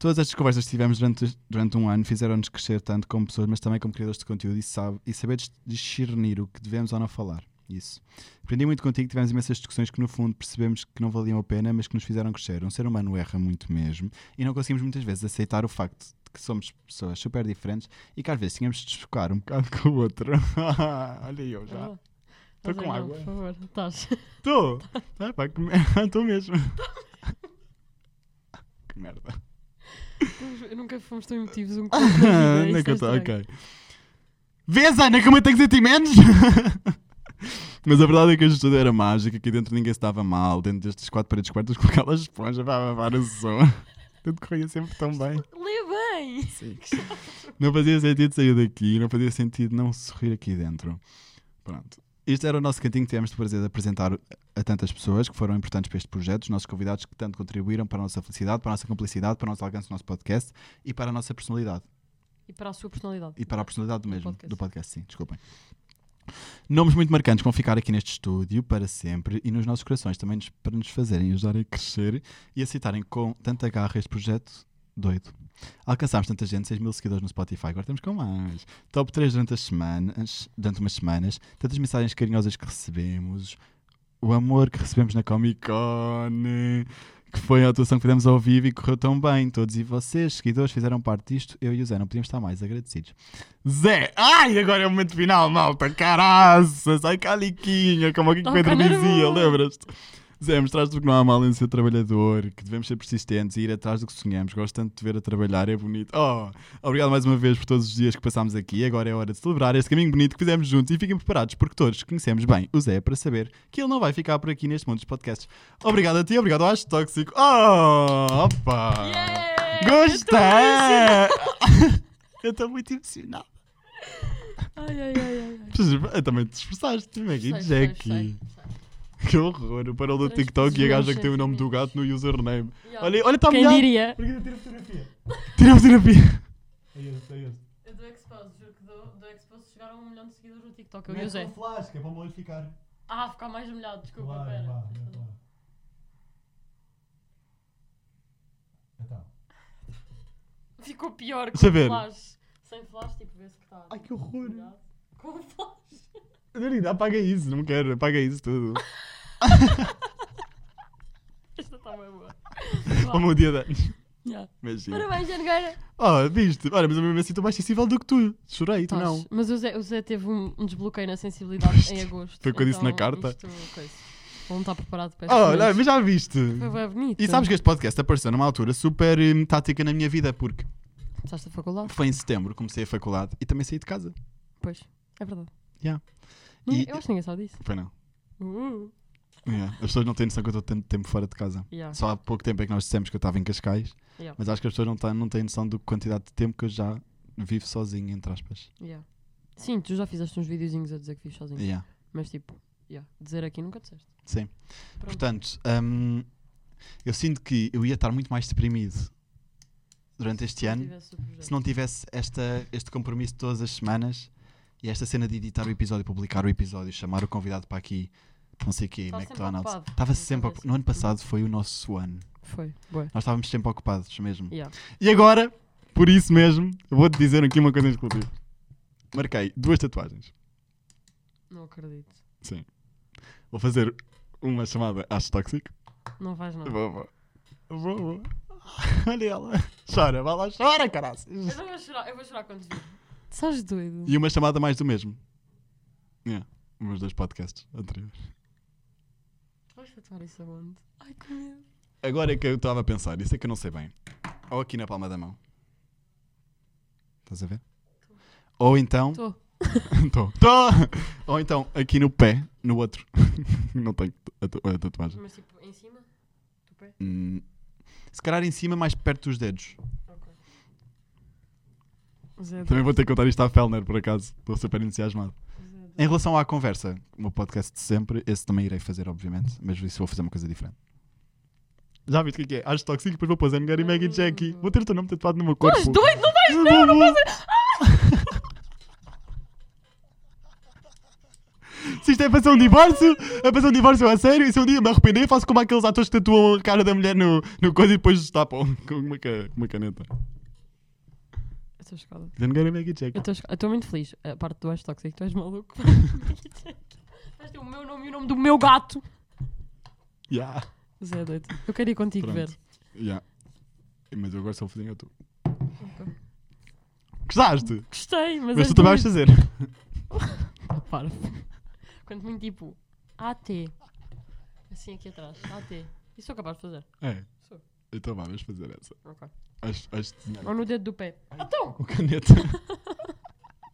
Todas estas conversas que tivemos durante, durante um ano fizeram-nos crescer tanto como pessoas, mas também como criadores de conteúdo e, sabe, e saber dis- discernir o que devemos ou não falar. Isso. Aprendi muito contigo, tivemos imensas discussões que no fundo percebemos que não valiam a pena, mas que nos fizeram crescer. Um ser humano erra muito mesmo e não conseguimos muitas vezes aceitar o facto de que somos pessoas super diferentes e que às vezes tínhamos de desfocar um bocado [laughs] com o outro. Olha eu já.
Ah. Mas
com
é, não,
água. Tá,
Por favor,
[laughs]
estás.
Estou! [laughs] Estou mesmo.
[laughs]
que merda.
Eu nunca fomos tão emotivos
[laughs]
um com o outro na vida,
Não é
isso
que
é
eu tô-
estranho.
ok. Vês, Ana, como eu tenho sentimentos? [laughs] Mas a verdade é que a estudo era mágica, aqui dentro ninguém se dava mal, dentro destes quatro paredes quartas com aquela esponja para abafar o um som. [laughs] Tudo corria sempre tão bem.
Lê bem!
[laughs] Não fazia sentido sair daqui, não fazia sentido não sorrir aqui dentro. Pronto. Este era o nosso cantinho que tivemos de prazer de apresentar a tantas pessoas que foram importantes para este projeto, os nossos convidados que tanto contribuíram para a nossa felicidade, para a nossa cumplicidade, para o nosso alcance do nosso podcast e para a nossa personalidade.
E para a sua personalidade.
E para a personalidade do mesmo,
podcast.
do podcast, sim, desculpem. Nomes muito marcantes que vão ficar aqui neste estúdio para sempre e nos nossos corações também nos- para nos fazerem ajudar a crescer e aceitarem com tanta garra este projeto doido. Alcançámos tanta gente, 6 mil seguidores no Spotify, agora temos com mais. Top 3 durante as semanas, durante umas semanas, tantas mensagens carinhosas que recebemos, o amor que recebemos na Comic Con, que foi a atuação que fizemos ao vivo e correu tão bem. Todos e vocês, seguidores, fizeram parte disto. Eu e o Zé não podíamos estar mais agradecidos. Zé! Ai, agora é o momento final, malta! Caraças! Ai, caliquinha! Como é que o
Toca
Pedro dizia,
nervoso.
lembras-te? Zé, mostras-te que não há mal em ser trabalhador, que devemos ser persistentes e ir atrás do que sonhamos. Gosto tanto de te ver a trabalhar, é bonito. Oh, obrigado mais uma vez por todos os dias que passámos aqui. Agora é hora de celebrar este caminho bonito que fizemos juntos e fiquem preparados porque todos conhecemos bem o Zé para saber que ele não vai ficar por aqui neste mundo dos podcasts. Obrigado a ti, obrigado ao Acho Tóxico. Oh, opa!
Yeah!
Gostei! [laughs] Eu estou muito emocionado.
Ai, ai, ai, ai, ai.
Eu Ah, também te esforçaste, é Maggie
Sei, sei,
Jackie.
sei.
Que horror, o parou do
Três
TikTok e a
pessoas,
gaja que tem o nome do gato no username.
Yeah.
Olha, olha, está
Quem
Tá melhor.
diria?
Porquê tira fotografia? Tira fotografia. É este, é este.
Eu dou expose, juro que dou, dou expose. Chegaram a um milhão de seguidores no TikTok. Eu e o Zé.
flash, que é para o meu olho ficar.
Ah, ficar mais molhado, desculpa, pera.
Então.
Ficou pior com
Deixa ver.
flash. Sem flash, tipo, vê-se que está.
Ai que horror.
molhado. Com flash.
Marina, apaga isso, não quero, apaga isso tudo.
Esta está bem boa.
Ao meu dia de anos.
Yeah.
Imagina.
Parabéns, Zé Nogueira.
Oh, viste? Olha, mas eu mesmo assim estou mais sensível do que tu. Chorei, tu não.
Mas o Zé, o Zé teve um, um desbloqueio na sensibilidade em agosto.
Foi o que eu disse na
Então,
carta.
Isto, coisa. Ele não está preparado para
Oh,
estas
não, mas já viste.
coisas. Foi bem bonito.
E sabes que este podcast apareceu numa altura super hum, tática na minha vida, porque
Começaste a faculdade?
foi em setembro, comecei a faculdade e também saí de casa.
Pois. É verdade.
Yeah.
Ninguém-
E-
Eu acho que ninguém sabe disso.
Foi não.
Uh,
Yeah. As pessoas não têm noção que eu estou tanto tempo fora de casa.
yeah.
Só há pouco tempo é que nós dissemos que eu estava em Cascais,
Yeah.
mas acho que as pessoas não têm, não têm noção da quantidade de tempo que eu já vivo sozinho, entre aspas.
Yeah. Sim, tu já fizeste uns videozinhos a dizer que fiz sozinho.
Yeah.
Mas tipo, yeah, dizer aqui nunca disseste.
Sim.
Pronto.
Portanto, hum, eu sinto que eu ia estar muito mais deprimido durante este
Se
ano
tivesse o projeto.
se não tivesse esta, este compromisso todas as semanas e esta cena de editar o episódio, publicar o episódio, chamar o convidado para aqui, não sei o quê,
Estava sempre
McDonald's.
ocupado.
Estava
Não
sempre.
sabes.
ocu- No ano passado foi o nosso ano.
Foi. Boa.
Nós estávamos sempre ocupados mesmo.
Yeah.
E agora, por isso mesmo, eu vou-te dizer aqui uma coisa em exclusivo. Marquei duas tatuagens.
Não acredito.
Sim. Vou fazer uma chamada Acho Tóxico.
Não vais nada.
Vou, vou. Vou, vou. [laughs] Olha ela. Chora, vai lá, chora, caralho.
Eu não vou chorar, eu vou chorar quando vir. Sás doido.
E uma chamada mais do mesmo. É, meus dois podcasts anteriores.
Vais tatuar isso aonde? Ai que medo.
Agora é que eu estava a pensar, isso é que eu não sei bem. Ou aqui na palma da mão. Estás a ver? Ou então.
Estou.
[laughs] Tô. Tô! Ou então, aqui no pé, no outro. [laughs] não tenho a, tu- a tatuagem.
Mas tipo, em cima? Do pé?
Hum, se calhar em cima, mais perto dos dedos.
Zé
Também vou ter que contar isto à Fellner, por acaso. Estou super entusiasmado. Em relação à conversa, o meu podcast de sempre, esse também irei fazer, obviamente, mas isso vou fazer uma coisa diferente. Já viste o que é? Acho tóxico, depois vou pôr Zé Nogueira e Maggie Jackie. Vou ter o teu nome tatuado no meu corpo.
Estás doido? Não vais
Vou,
não, Ah! não
vou.
vais
[laughs] Se isto é para ser um divórcio, é para ser um divórcio a sério, e se um dia me arrepender, faço como aqueles atores que tatuam a cara da mulher no, no coisa e depois destapam [laughs] com uma, ca- uma caneta.
Eu estou chocada.
Zé Nogueira e Maggie Jackie.
Eu estou chocada. Eu estou muito feliz. A parte do és tóxico, tu és
[laughs]
maluco. Vais ter o meu nome e o nome do meu gato.
Yeah.
Zé doido. Eu quero ir contigo
Pronto.
ver.
Yeah. Mas eu agora sou fodinho a tu. Gostaste?
Gostei, mas. é
Mas
és
tu também vais
doido.
fazer. né?
Parvo. Quanto muito tipo AT. Assim aqui atrás. AT. Isso sou capaz de fazer.
É.
Sou.
Então vá, vamos fazer essa.
Ok.
Acho, acho
Ou no dedo do pé. Então! [laughs]
com caneta.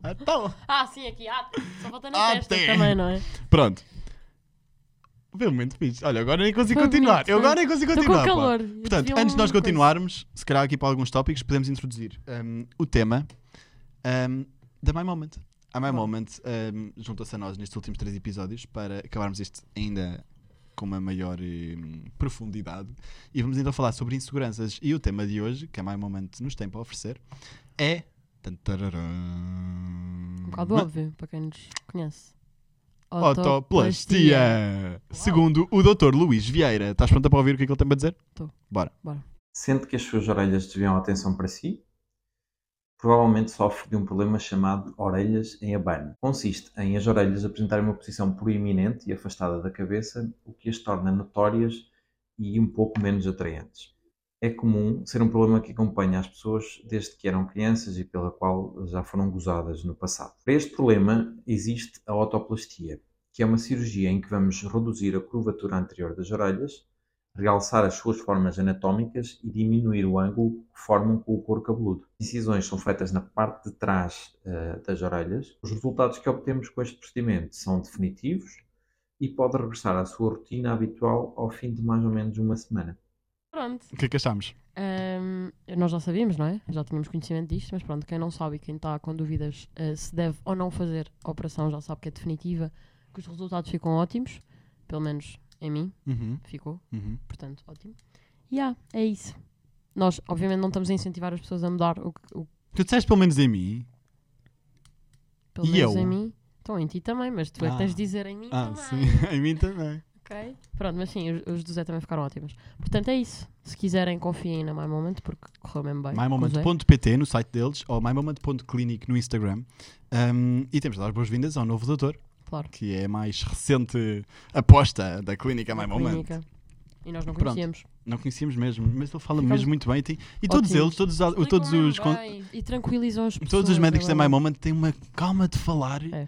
então.
Ah, sim, aqui. AT. Só falta na
AT.
testa também, não é?
Pronto. Foi um momento fixe. Olha, agora nem consigo
Foi
continuar.
bonito,
eu
foi.
agora nem consigo
Tô com
continuar. pá.
calor.
Portanto,
Devia
antes de nós
uma coisa.
continuarmos, se calhar aqui para alguns tópicos, podemos introduzir hum, o tema hum, da My Moment. A My Moment um, junta-se a nós nestes últimos três episódios para acabarmos isto ainda com uma maior hum, profundidade e vamos então falar sobre inseguranças. E o tema de hoje, que a My Moment nos tem para oferecer, é.
Um bocado óbvio, para quem nos conhece.
Otoplastia! Segundo o Dr. Luís Vieira. Estás pronta para ouvir o que é que ele tem para dizer?
Estou.
Bora.
Sente que as suas orelhas desviam a atenção para si? Provavelmente sofre de um problema chamado orelhas em abano. Consiste em as orelhas apresentarem uma posição proeminente e afastada da cabeça, o que as torna notórias e um pouco menos atraentes. É comum ser um problema que acompanha as pessoas desde que eram crianças e pela qual já foram gozadas no passado. Para este problema existe a otoplastia, que é uma cirurgia em que vamos reduzir a curvatura anterior das orelhas realçar as suas formas anatómicas e diminuir o ângulo que formam com o couro cabeludo. As incisões são feitas na parte de trás eh, das orelhas. Os resultados que obtemos com este procedimento são definitivos e pode regressar à sua rotina habitual ao fim de mais ou menos uma semana.
Pronto.
O que é que achamos?
Ahm, nós já sabíamos, não é? Já tínhamos conhecimento disto, mas pronto, quem não sabe e quem está com dúvidas ah, se deve ou não fazer a operação já sabe que é definitiva, que os resultados ficam ótimos, pelo menos em mim
Uhum,
ficou,
uhum.
portanto, ótimo. E yeah, é isso. Nós, obviamente, não estamos a incentivar as pessoas a mudar o que, o que
Tu disseste pelo menos em mim.
pelo
E
menos
eu?
em mim. Estão em ti também, mas tu é que tens de
Ah.
dizer em mim
Ah,
também.
sim. [laughs] em mim também.
Ok? Pronto, mas sim, os, os do Zé também ficaram ótimos. Portanto, é isso. Se quiserem, confiem na My Moment, porque correu mesmo bem. com o Zé.
mymoment.pt no site deles ou mymoment.clinic no Instagram. Um, e temos de dar as boas-vindas ao novo doutor,
Claro.
que é a mais recente aposta da clínica My
Na
Moment.
clínica. E nós não
É Pronto.
conhecíamos.
Não conhecíamos mesmo, mas ele fala
Ficamos
mesmo muito bem. E, tem- e todos
ótimos.
eles, todos, os- todos
Explicam
os. con-
bem um E tranquilizam as pessoas.
Todos os médicos da
agora.
My Moment têm uma calma de falar.
É.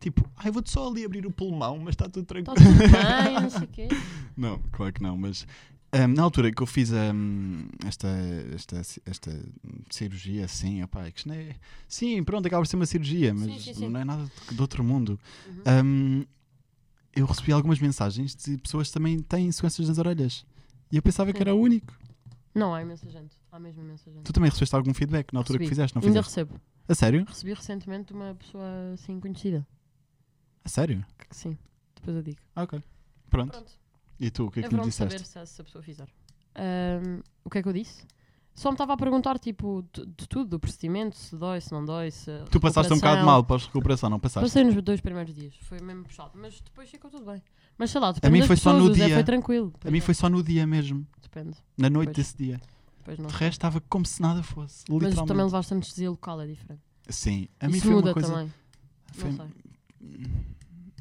Tipo, ai, vou-te só ali abrir o pulmão, mas está tudo
Está
tranquilo.
Tá tudo
[laughs]
bem, não sei o quê.
Não, claro que não, mas ahm, na altura que eu fiz ahm, esta, esta, esta cirurgia, sim, opá, que isto não é- sim, pronto, acaba por ser uma cirurgia, mas
sim, Uhum. sim.
não é nada de, de outro mundo. Ahm, eu recebi algumas mensagens de pessoas que também têm inseguranças nas orelhas. E eu pensava que era
Uhum.
o único.
Não, há imensa gente. Há mesmo imensa gente.
Tu também recebeste algum feedback na altura
Recebi.
que fizeste, não
Ainda
fizeste?
recebo.
A sério?
Recebi recentemente de uma pessoa assim conhecida.
A sério?
Que sim, depois eu digo.
Ah, ok. Pronto.
Pronto.
E tu, o que é que
bom
lhe disseste?
saber se, se a pessoa fizer. Ahm, o que é que eu disse? Só me estava a perguntar, tipo, de, de tudo, do procedimento, se dói, se não dói, se.
Tu passaste um bocado
recuperação.
mal para a recuperação, não passaste?
Passei nos dois primeiros dias, foi mesmo puxado, mas depois ficou tudo bem. Mas sei lá, depende
A mim
das
foi só
pessoas,
no
o Zé
dia.
foi tranquilo. é,
A mim foi só no dia mesmo,
Depende,
na noite
é. Pois.
desse dia.
depois não.
De resto, estava como se nada fosse.
Mas
Literalmente.
também levaste anestesia local, é diferente.
Sim, a
Isso
mim foi
muda
uma coisa.
também,
Foi...
não sei.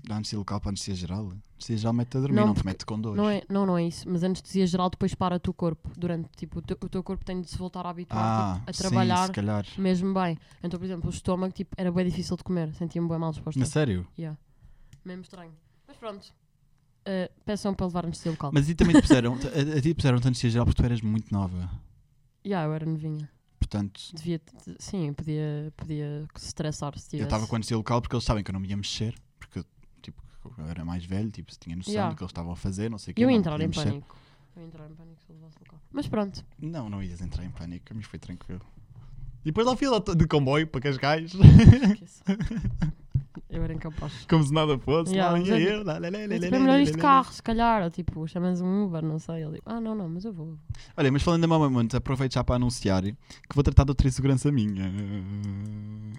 Da anestesia local para a anestesia geral. A anestesia geral mete a dormir, não,
Não,
te
porque-
mete com dois.
Não, é, não, não é isso, mas a anestesia geral depois para-te o corpo, durante, tipo, o teu, o teu corpo tem de se voltar a habituar
Ah,
tipo, a
sim,
trabalhar
se calhar.
mesmo bem. Então, por exemplo, o estômago, tipo, era bem difícil de comer, sentia-me bem mal disposta.
Na sério? é-
Mesmo estranho. Mas pronto. Uh, peçam para levar anestesia local.
Mas e também te puseram, a, a ti puseram anestesia geral porque tu eras muito nova.
Yeah, eu era novinha.
Portanto,
Devia. de- Sim, eu podia, podia se estressar se tivesse.
eu estava com anestesia local porque eles sabem que eu não me ia mexer. Porque eu, tipo, eu era mais velho, tipo, se tinha noção
Yeah.
do que eles estavam a fazer, não sei o que.
Eu ia
não
entrar
podia
em
mexer.
pânico. Eu ia entrar em pânico se eu levasse local. Mas
[laughs]
pronto.
Não, não ias entrar em pânico, mas foi tranquilo. E depois lá fui lá de comboio para Cascais. [laughs]
esqueço. eu era incapaz.
como se nada fosse.
Yeah,
lá
mas
ia
é
eu, lá, lá, lá, lá,
Mas,
lá,
tipo, é
lá,
melhor
lá,
ir de
lá,
carro, se calhar. Ou tipo, chamas um Uber, não sei. Ele digo, ah, não, não, mas eu vou.
Olha, mas falando da Mama Montes, aproveito já para anunciar que vou tratar de outra insegurança minha.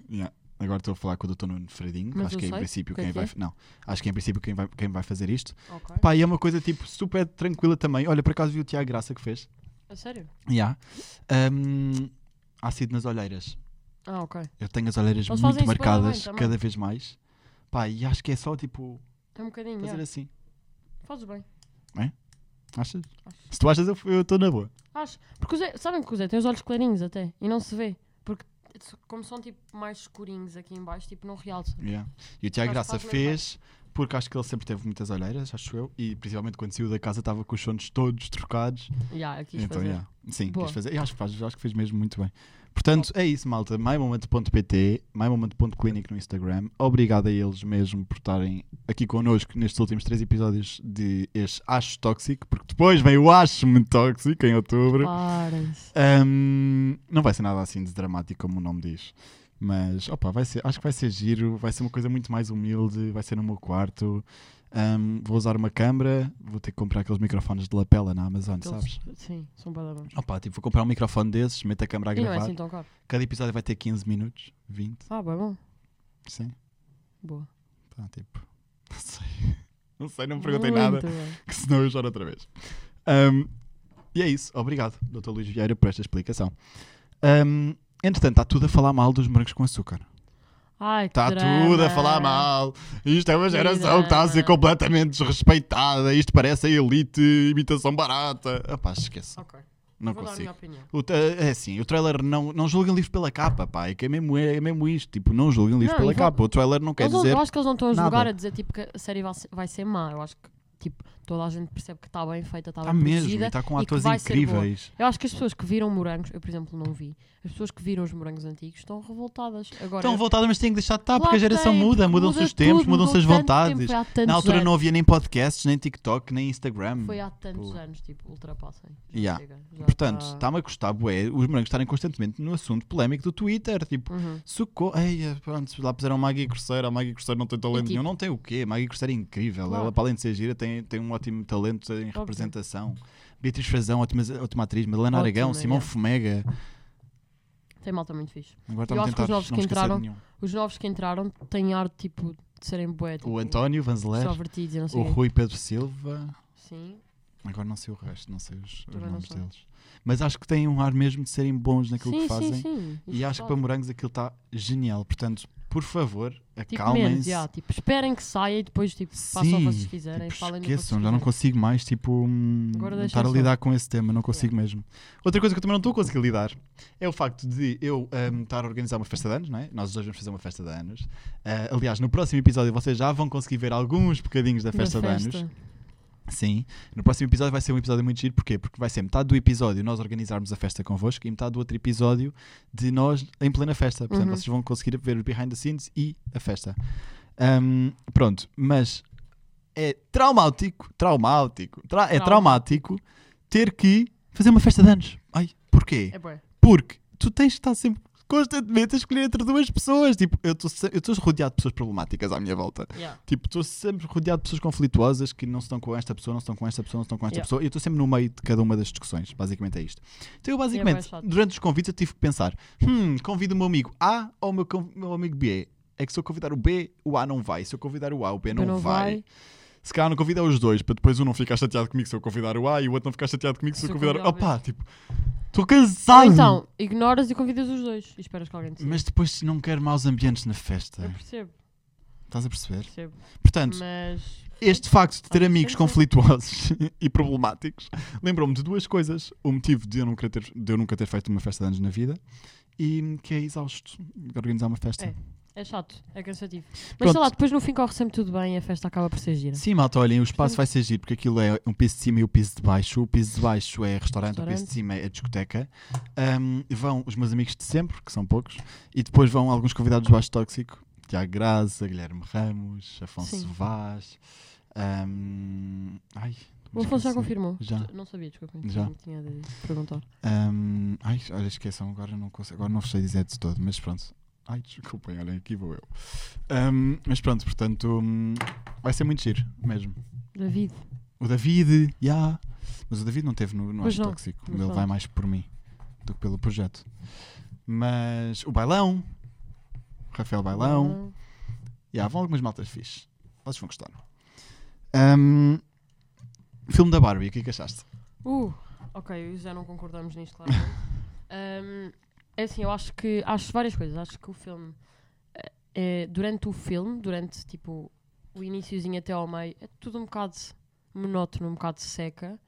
Yeah. Agora estou a falar com o Dr. Nuno Fredinho, que
Mas
acho
eu
que é em
sei
princípio
o que é
quem
que
vai.
é.
fa- Não, acho que é em princípio quem vai, quem vai fazer isto.
Ok.
Pá, e é uma coisa tipo super tranquila também. Olha, por acaso vi o Tiago Graça que fez.
A sério?
Yeah. Um, ácido nas olheiras.
Ah, ok.
Eu tenho as olheiras
Eles fazem
muito
isso bué da bem
marcadas
também.
cada vez mais. Pá, e acho que é só tipo
É um bocadinho.
fazer
Yeah.
assim.
Fazes bem.
Achas?
Acho.
Se tu achas, eu eu estou na boa.
Acho. Porque o Zé, sabem que o Zé tem os olhos clarinhos até e não se vê. Porque s- como são tipo mais escurinhos aqui em baixo, tipo não realça.
Yeah. E o
Acho
Tiago
que
Graça
faz muito bem.
fez porque acho que ele sempre teve muitas olheiras, acho eu, e principalmente quando saiu da casa estava com os sonhos todos trocados.
Yeah, eu quis
então,
fazer.
yeah. sim,
Boa.
quis fazer. Eu acho que, faz, acho que fez mesmo muito bem. Portanto, é isso, malta. MyMoment.pt, MyMoment.clinic no Instagram. Obrigado a eles mesmo por estarem aqui connosco nestes últimos três episódios de este Acho Tóxico, porque depois vem o Acho-me Tóxico em outubro.
Parem-se.
Ahm, não vai ser nada assim de dramático como o nome diz. Mas, opa, vai ser, acho que vai ser giro, vai ser uma coisa muito mais humilde, vai ser no meu quarto. Ahm, vou usar uma câmara, vou ter que comprar aqueles microfones de lapela na Amazon,
Aqueles-
sabes?
Sim, são bué da bons.
Opa, tipo, vou comprar um microfone desses, meto a câmara a
E não é
gravar.
assim tão caro.
Cada episódio vai ter 15 minutos, 20,
Ah, bué bom.
sim.
Boa.
Tá, tipo, [laughs] não sei. Não sei, não me perguntei nada,
Muito bem.
que senão eu choro outra vez. Ahm, e é isso, obrigado, Dr. Luís Vieira, por esta explicação. Ahm, entretanto, está tudo a falar mal dos morangos com açúcar.
Ai, que
Está
drama.
Tá tudo a falar mal. Isto é uma
Que
geração que está a ser
drama.
completamente desrespeitada. Isto parece a elite imitação barata. Rapaz, esquece.
Ok.
Não
Vou dar a minha
consigo.
opinião.
O tra- é assim, o trailer não, não julguem livros pela capa, pá. É que é mesmo, é, mesmo isto. Tipo, não julguem livros
Não,
pela
e vou-
capa. O trailer não quer
Eles não-
dizer.
eu acho que eles não estão a
nada.
julgar a dizer tipo, que a série vai ser, vai ser má. Eu acho que tipo, toda a gente percebe que está bem feita, está
Está
bem
Tá mesmo,
produzida
e está com
que
atores
vai ser boa.
incríveis.
Eu acho que as pessoas que viram morangos, eu por exemplo não vi, as pessoas que viram os morangos antigos estão revoltadas. Agora,
Estão voltados, mas têm que deixar de estar,
Claro
porque a
que
geração
têm,
muda,
porque
mudam-se
muda
os tempos,
tudo,
mudam-se as
mudou tanto tempo,
vontades.
foi há
Na
tantos
altura não
anos.
havia nem podcasts, nem TikTok, nem Instagram.
Foi há tantos
Pô.
anos, tipo, ultrapassem. Já
Yeah.
chega, já
Portanto,
tá-
está-me a custar bué, os morangos estarem constantemente no assunto polémico do Twitter. Tipo,
Uhum.
socorro. Ei, eh, pronto, lá puseram Maggie Cruzeiro. A Maggie Cruzeiro não tem talento
E tipo-
nenhum. Não tem o quê? Maggie Cruzeiro é incrível.
Claro.
Ela, para além de ser gira, tem, tem um ótimo talento em representação. Beatriz Frazão, ótima, ótima atriz. Madalena
Ótima,
Aragão, Simão
yeah.
Fomega.
Tem malta muito fixe.
Agora
Eu
está-me a
acho que os novos
tentar não
que
me esquecer de
entraram-
nenhum.
Os novos que entraram têm ar tipo, de serem bué, tipo,
O António Vanzeler,
extrovertidos e não sei
o
quê.
Rui Pedro Silva.
Sim,
Agora não sei o resto, não sei os, os
Também não
nomes
sei.
deles. Mas acho que têm um ar mesmo de serem bons naquilo
sim,
que fazem.
sim, sim.
E acho que para morangos aquilo está genial. Portanto, por favor,
Tipo, menos,
acalmem-se.
já, tipo, esperem que saia e depois tipo, façam o que vocês quiserem.
tipo,
falem do que
esqueçam,
vocês
já
quiserem.
não consigo mais tipo, hum,
Agora deixem
estar a
só.
lidar com esse tema, não consigo mesmo. Outra coisa que eu também não estou a conseguir lidar é o facto de eu hum, estar a organizar uma festa de anos, não é? Nós os dois vamos fazer uma festa de anos. Ah, aliás, no próximo episódio vocês já vão conseguir ver alguns bocadinhos da festa,
Da
de anos. Sim. No próximo episódio vai ser um episódio muito giro, porquê? Porque vai ser metade do episódio nós organizarmos a festa convosco e metade do outro episódio de nós em plena festa. Portanto,
Uhum.
vocês vão conseguir ver o behind the scenes e a festa. Ahm, pronto, mas é traumático, traumático, tra- é
Trauma.
traumático ter que fazer uma festa de anos. Ai, porquê?
É bué.
Porque tu tens que estar sempre constantemente a escolher entre duas pessoas. Tipo, eu estou se- eu estou rodeado de pessoas problemáticas à minha volta.
Yeah.
Tipo, estou sempre rodeado de pessoas conflituosas que não se estão com esta pessoa, não se estão com esta pessoa, não se estão com esta
Yeah.
pessoa. E eu estou sempre no meio de cada uma das discussões. Basicamente é isto. Então eu
bué
basicamente,
chato.
durante os convites, eu tive que pensar: hum, convido o meu amigo A ou o meu, con- meu amigo B? É que se eu convidar o B, o A não vai. Se eu convidar o A, o B não,
Então Não,
vai. Se calhar não convidar os dois, para depois um não ficar chateado comigo se eu convidar o A e o outro não ficar chateado comigo se, eu convidar o
convidar o B.
Opa, tipo, estou cansado.
Então, ignoras e convidas os dois e esperas que alguém te
Mas depois não quero maus ambientes na
Eu
festa.
percebo,
Estás a perceber?
percebo.
Portanto,
Mas.
Este facto de ter
Ah,
amigos
sim, sim.
conflituosos [laughs] e problemáticos lembrou-me de duas coisas. O motivo de eu, nunca ter, de eu nunca ter feito uma festa de anos na vida e que é exausto organizar uma festa.
É. É chato, é cansativo. Mas
Pronto.
sei lá, depois no fim corre sempre tudo bem e a festa acaba por ser gira.
Sim, malta, olhem, o espaço vai ser giro porque aquilo é um piso de cima e o piso de baixo. O piso de baixo é restaurante, o piso de
Restaurante.
cima é discoteca. Ahm, vão os meus amigos de sempre, que são poucos, e depois vão alguns convidados de baixo tóxico. Tiago Graça, Guilherme Ramos, Afonso
Sim.
Vaz. ahm, ai,
O Afonso já
esqueci.
confirmou.
Já.
Não sabia, desculpa.
Já.
Não tinha de perguntar.
Ahm, ai, olha, esqueçam, agora não consigo, agora não vos sei dizer de todo, mas pronto. Ai, desculpem, olhem, aqui vou eu. Ahm, mas pronto, portanto, hum, vai ser muito giro mesmo.
David,
O David, já. Mas o David não teve no, no
Pois
Acho
não,
Tóxico.
mas
Ele vai
pronto.
mais por mim do que pelo projeto. Mas o Bailão, Rafael Bailão, Ya, vão algumas maltas fixe. Vocês vão gostar. Ahm, filme da Barbie, o que é que achaste?
Uh, ok, já não concordamos nisto, claro. é assim, eu acho que acho várias coisas. Acho que o filme eh, é, durante o filme, durante tipo o iníciozinho até ao meio, é tudo um bocado monótono, um bocado seca.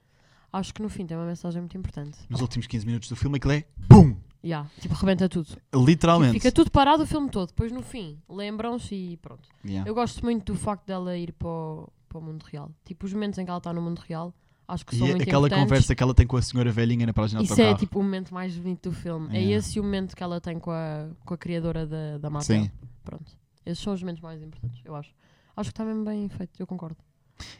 Acho que no fim tem uma mensagem muito importante.
Nos últimos 15 minutos do filme, aquilo é BUM!
Yeah, tipo, rebenta tudo.
Literalmente.
Fica tudo parado o filme todo. Depois no fim, lembram-se e pronto.
Ya.
Eu gosto muito do facto dela ir para o, para o mundo real. Tipo, os momentos em que ela está no mundo real, acho que são
E é
muito
aquela
importantes.
conversa que ela tem com a senhora velhinha na página do
Isso é
autocarro.
tipo o momento mais bonito do filme.
Yeah.
É esse o momento que ela tem com a, com a criadora da, da marca.
Sim.
Pronto. Esses são os momentos mais importantes, eu acho. Acho que está mesmo bem feito, eu concordo.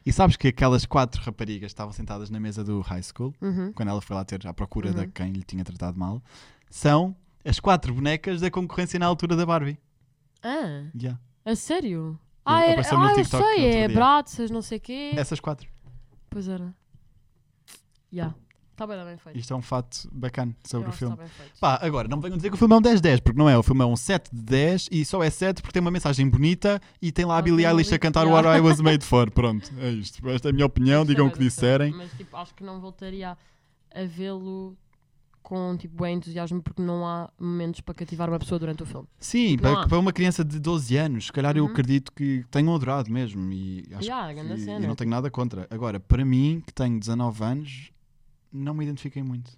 E sabes que aquelas quatro raparigas que estavam sentadas na mesa do high school,
Uhum.
quando ela foi lá ter à procura
Uhum.
da quem lhe tinha tratado mal, são as quatro bonecas da concorrência na altura da Barbie.
Ah,
Yeah.
a sério? Ah, era,
apareceu no
ah eu
TikTok no outro
sei, é
dia. É.
Bratzas, não sei o quê.
Essas quatro.
Pois era. Já. Está bem, bem feito.
Isto é um fato bacana
Eu
sobre o
acho que
filme.
tá bem feito.
Pá, agora, não me venham dizer que o filme é um 10-10, porque não é. O filme é um 7 de 10 e só é 7 porque tem uma mensagem bonita e tem lá a
Ah,
Billie
tem
Eilish
ali-
a cantar
Yeah. [laughs]
What I Was Made For. Pronto, é isto. Esta é a minha opinião, digam o que
Gostei bem
disserem.
do filme, Mas tipo, acho que não voltaria a vê-lo com tipo, bem entusiasmo porque não há momentos para cativar uma pessoa durante o filme.
Sim,
Tipo, não
para,
há.
para uma criança de 12 anos, se calhar eu
Uhum.
acredito que tenham adorado mesmo e acho
Yeah, grande
que
cena.
eu não tenho nada contra. Agora, para mim, que tenho 19 anos, não me identifiquei muito.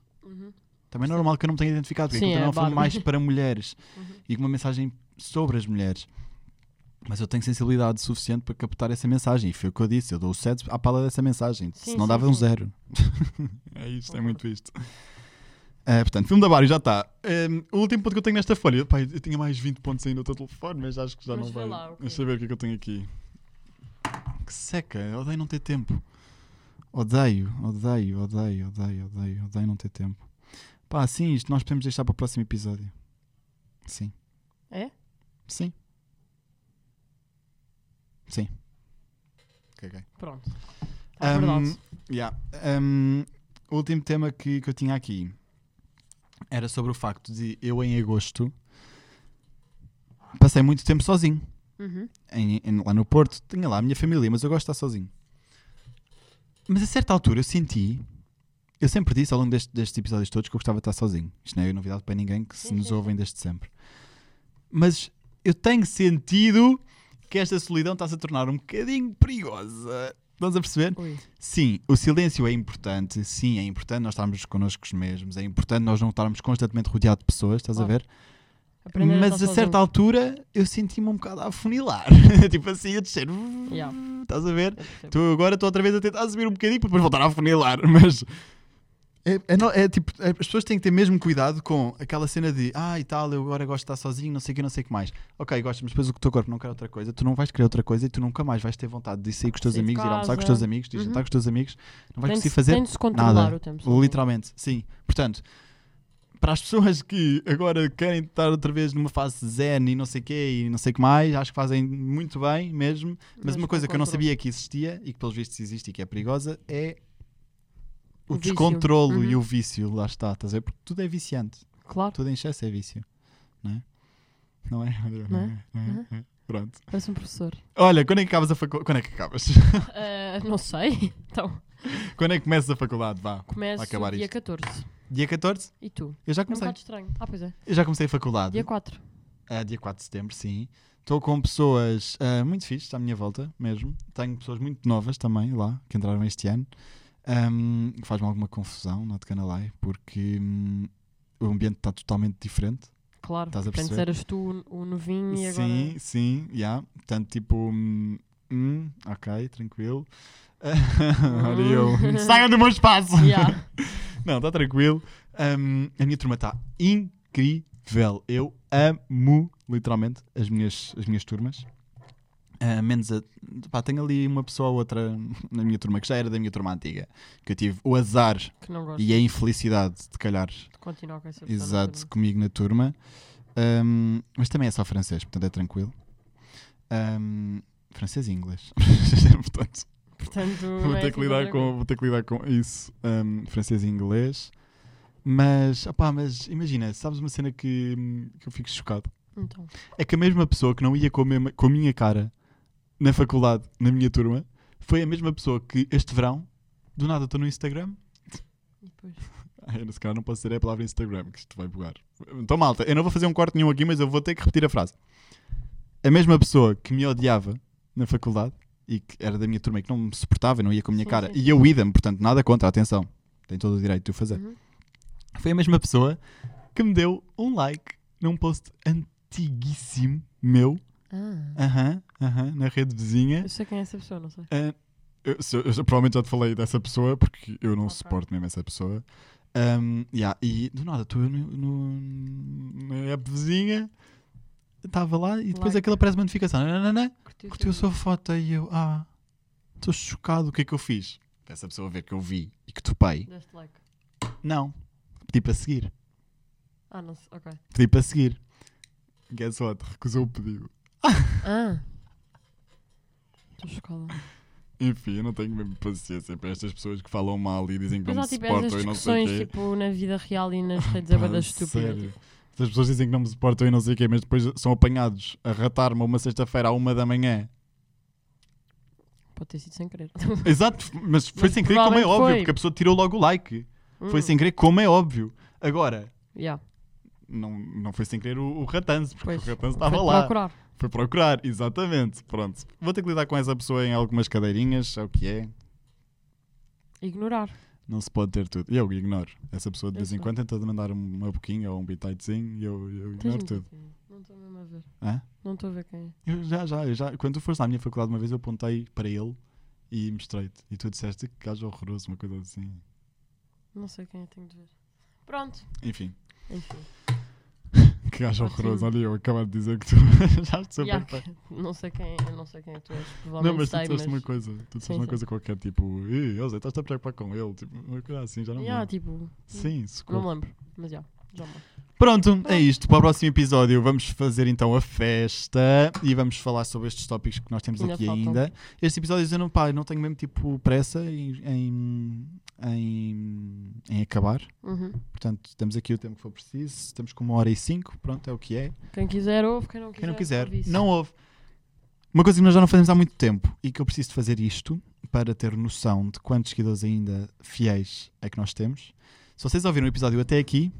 Também é normal que eu não me tenha identificado, porque
Sim,
aquilo também é
é
um filme
Barbie.
mais para mulheres
[laughs] Uhum.
e com uma mensagem sobre as mulheres. Mas eu tenho sensibilidade suficiente para captar essa mensagem. E foi o que eu disse, eu dou o 7 à pala dessa mensagem. Se
Sim,
não
sim,
dava um
sim. Uhum.
zero. [laughs] é isto, é muito isto. Ah, portanto, filme da Bário já está. Ahm, o último ponto que eu tenho nesta folha. Pá, eu tinha mais 20 pontos ainda no teu telefone, mas acho que já
Mas
não
vê
vai.
lá, ok.
Deixa eu ver o que é que eu tenho aqui. Que seca, eu odeio não ter tempo. Odeio, odeio, odeio, odeio, odeio, odeio não ter tempo. Pá, sim, isto nós podemos deixar para o próximo episódio. Sim.
É?
Sim. Sim. Caguei.
Pronto.
Hum,
Está verdade.
Yeah. Um, o último tema que, que eu tinha aqui era sobre o facto de eu, em agosto, passei muito tempo sozinho.
Uhum.
Em- em- lá no Porto, tinha lá a minha família, mas eu gosto de estar sozinho. Mas a certa altura eu senti. Eu sempre disse ao longo deste- destes episódios todos que eu gostava de estar sozinho. Isto não é novidade para ninguém que se
Sim,
nos
sim,
ouvem desde sempre. Mas eu tenho sentido que esta solidão está-se a tornar um bocadinho perigosa. Estás a perceber?
Ui.
Sim, o silêncio é importante. Sim, é importante nós estarmos connosco mesmos. É importante nós não estarmos constantemente rodeados de pessoas. Estás a
Claro.
ver?
Aprender
mas
estar
a
sozinho.
certa altura eu senti-me um bocado a afunilar. [laughs] tipo assim, a descer.
Yeah.
Estás a ver?
Eu percebo.
Tu agora estou outra vez a tentar subir um bocadinho para depois voltar a afunilar. [laughs] Mas. É, é no- é tipo, é- as pessoas têm que ter mesmo cuidado com aquela cena de ah e tal, eu agora gosto de estar sozinho, não sei o que, não sei o que mais. Ok, gosto, mas depois o teu corpo não quer outra coisa, tu não vais querer outra coisa e tu nunca mais vais ter vontade de sair com os teus
Sair de
amigos, ir almoçar com
casa.
os teus amigos, de
Uhum.
jantar com os teus amigos, não
Tem
vais
de se-
conseguir fazer
tem de se controlar
nada.
o tempo. sozinho.
Literalmente, sim. Portanto, para as pessoas que agora querem estar outra vez numa fase zen e não sei quê e não sei o que mais, acho que fazem muito bem mesmo. Mas,
Mas
uma
com
coisa que eu não
controle.
sabia que existia e que pelos vistos existe e que é perigosa é
O
o,
vício.
descontrolo e
Uhum.
o vício. Lá está, estás a ver? Porque tudo é viciante.
Claro,
Tudo em excesso é vício. Não é? Não
Não
é?
é?
Não é?
Não
Não é? Pronto.
parece um professor.
Olha, quando é que acabas a faculdade? Quando é que acabas? [laughs]
Ah, não sei. [laughs] Então,
quando é que começas a faculdade? Vá.
começo
Vai acabar
dia
isto.
14.
Dia 14?
E tu?
Eu já
É um
comecei.
bocado estranho. Ah, pois é.
Eu já comecei a faculdade.
Dia 4.
Ah, dia 4 de setembro, sim. Estou com pessoas ah, muito fixes à minha volta, mesmo. Tenho pessoas muito novas também lá, que entraram este ano. Ahm, que Faz-me alguma confusão, not gonna lie, porque hum, o ambiente está totalmente diferente.
Claro.
Estás a
Antes
perceber?
eras tu o novinho e agora.
Sim, sim, já. Portanto, tipo, hum, hum, ok, tranquilo. [laughs] Ora eu, saiam do meu espaço!
[laughs] Hum. [laughs]
[laughs]
Yeah.
Não, está tranquilo. Ahm, a minha turma está incrível. Eu amo, literalmente, as minhas, as minhas turmas. Ah, menos a. Pá, tenho ali uma pessoa ou outra [laughs] na minha turma, que já era da minha turma antiga, que eu tive o azar
Que não gosto
e a infelicidade de calhar
de continuar com essa pessoa na
exato
turma.
comigo na turma. Ahm, mas também é só francês, portanto é tranquilo. Ahm, francês e inglês. [laughs] é portanto,
Portanto,
vou
não é
ter,
assim
que lidar
tão
com, vou ter que lidar com isso, hum, francês e inglês. Mas, opá, mas imagina, sabes uma cena que, hum, que eu fico chocado?
tranquilo. Então,
É que a mesma pessoa que não ia com a, mesma- com a minha cara na faculdade, na minha turma, foi a mesma pessoa que este verão, do nada estou no Instagram.
e depois.
Ah, [laughs] eu, se calhar não posso dizer a palavra Instagram, que isto vai bugar. Então, malta, eu não vou fazer um corte nenhum aqui, mas eu vou ter que repetir a frase. A mesma pessoa que me odiava na faculdade e que era da minha turma e que não me suportava e não ia com a minha
Sim,
cara,
sim,
e
sim.
eu ida-me, portanto, nada contra, atenção, tem todo o direito de o fazer.
Uhum.
Foi a mesma pessoa que me deu um like num post antiguíssimo meu,
Ah.
aham, aham, na rede vizinha.
Eu sei quem é essa pessoa, não sei.
Ah, eu, se- eu já- provavelmente já te falei dessa pessoa porque eu não
Ok.
suporto mesmo essa pessoa. Ahm, yeah, e do nada, estou eu no, no- na app vizinha, estava lá e depois
Like.
aquilo aparece uma notificação: nananana,
Curtiu o
curtiu
teu
a sua foto e eu, ah, estou chocado, o que é que eu fiz? Para Essa pessoa ver que eu vi e que topei, Tipo,
vídeo? Deste like.
não, pedi para seguir.
Ah, não sei. Ok.
Pedi para Tipo, seguir. Guess what? Recusou o pedido.
Ah. Estou chocada.
Enfim, eu não tenho mesmo paciência para estas pessoas que falam mal e dizem que
Mas
não
há
me
tipo essas
suportam e não sei o
discussões
quê.
tipo na vida real e
[laughs]
nas redes é
Pá,
abadas estúpidas.
sério. As pessoas dizem que não me suportam e não sei o quê, mas depois são apanhados a ratar-me uma sexta-feira à uma
[laughs]
da manhã.
Pode ter sido sem querer.
Exato, mas foi
Mas
sem querer, como é
provavelmente
óbvio,
foi. Hum.
porque a pessoa tirou logo o like.
[laughs]
Foi sem querer, como é óbvio. Agora,
yeah,
não, não foi sem querer o, o ratanzo, porque
pois.
o ratanzo estava
Foi
lá.
procurar.
Foi procurar, exatamente. Pronto, vou ter que lidar com essa pessoa em algumas cadeirinhas, é o que é.
Ignorar.
Não se pode ter tudo. E Eu ignoro. Essa pessoa
Eu
de vez em
sei.
quando tenta de mandar um- uma boquinha ou um bititezinho e eu, eu
Tens
ignoro
noção
tudo.
quem é? Não estou mesmo a ver.
Hã?
Não estou a ver quem é.
Eu já, já, eu já. Quando tu foste à minha faculdade uma vez, eu apontei para ele e mostrei-te. E tu disseste que gajo horroroso, uma coisa assim.
Não sei quem é, tenho de ver. Pronto.
Enfim,
Enfim.
que gajo
Ótimo.
horroroso. Olha, eu acabei de dizer que tu [laughs] já estou
Ah, Yeah,
super bem.
[laughs] não sei quem, eu não sei quem é tu és.
Não,
Provavelmente
mas tu
sei,
disseste uma coisa, tu disseste
Sim,
uma
sim.
coisa qualquer, tipo, Ei, José, estás-te a preocupar com ele, tipo, uma coisa assim, já não me
Yeah,
lembro.
tipo,
Sim, socorro.
não me lembro. Mas já. já me lembro.
Pronto, é isto. Para o próximo episódio vamos fazer então a festa e vamos falar sobre estes tópicos que nós temos
Ainda
aqui
faltam.
ainda. Estes episódios eu não, pá, eu não tenho mesmo tipo pressa em, em, em, em acabar.
Uhum.
Portanto, temos aqui o tempo que for preciso. Estamos com uma hora e cinco. Pronto, é o que é.
Quem quiser ouve, quem não quiser.
Quem não quiser,
ouve isso.
não ouve. Uma coisa que nós já não fazemos há muito tempo e que eu preciso de fazer isto para ter noção de quantos seguidores ainda fiéis é que nós temos. Se vocês ouviram o episódio até aqui,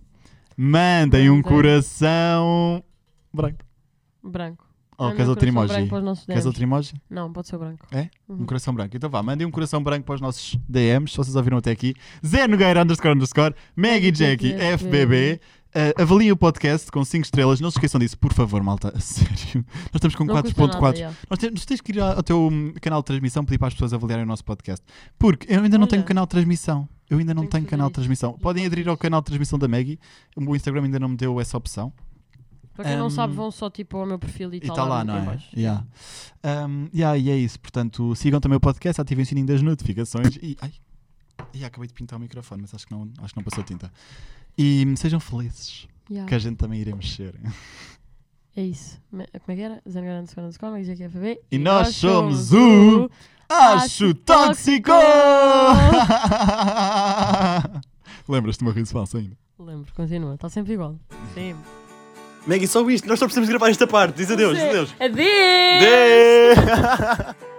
mandem um
Mandem.
coração branco.
Branco.
Ou
Ah, não,
Oh, queres outro
coração
emoji?
branco para os nossos
Queres
DMs.
outro emoji?
Não, pode ser branco.
É? Um
Uhum.
coração branco. Então vá, mandem um coração branco para os nossos DMs, se vocês ouviram até aqui. Zé Nogueira, underscore, underscore, Maggie Jackie,
Jackie,
FBB. Uh, avaliem o podcast com 5 estrelas. Não se esqueçam disso, por favor, malta. A sério. Nós estamos com
Não custa nada,
4.4.
yeah.
Nós temos, tu tens que ir ao ao teu hum, canal de transmissão pedir para as pessoas avaliarem o nosso podcast. Porque eu ainda não
Olha.
tenho canal de transmissão. Eu ainda não
Tenho que
tenho
fazer
canal de
isso.
transmissão.
Já
Podem
faço
aderir ao
isso.
canal de transmissão da Maggie. O meu Instagram ainda não me deu essa opção.
Para quem
Um,
não sabe, vão só tipo ao meu perfil e
E
tal.
está lá, não é?
Embaixo.
Yeah. Um, yeah, e é isso. Portanto, sigam também o podcast, ativem o sininho das notificações e. Ai, e acabei de pintar o microfone, mas acho que não, acho que não passou tinta. E hum, sejam felizes,
Yeah.
que a gente também iremos ser.
É isso. Me- Como é que era? Zengarante Secondo Secondo, Magis aqui é FB.
E nós somos o- Acho
Acho
tóxico!
tóxico!
[laughs] Lembras-te de uma riso falsa ainda?
Lembro, continua. Está sempre igual. Sempre. É
Maggie, só isto. Nós só precisamos gravar esta parte. Diz adeus, diz adeus.
Adeus!
Adeus!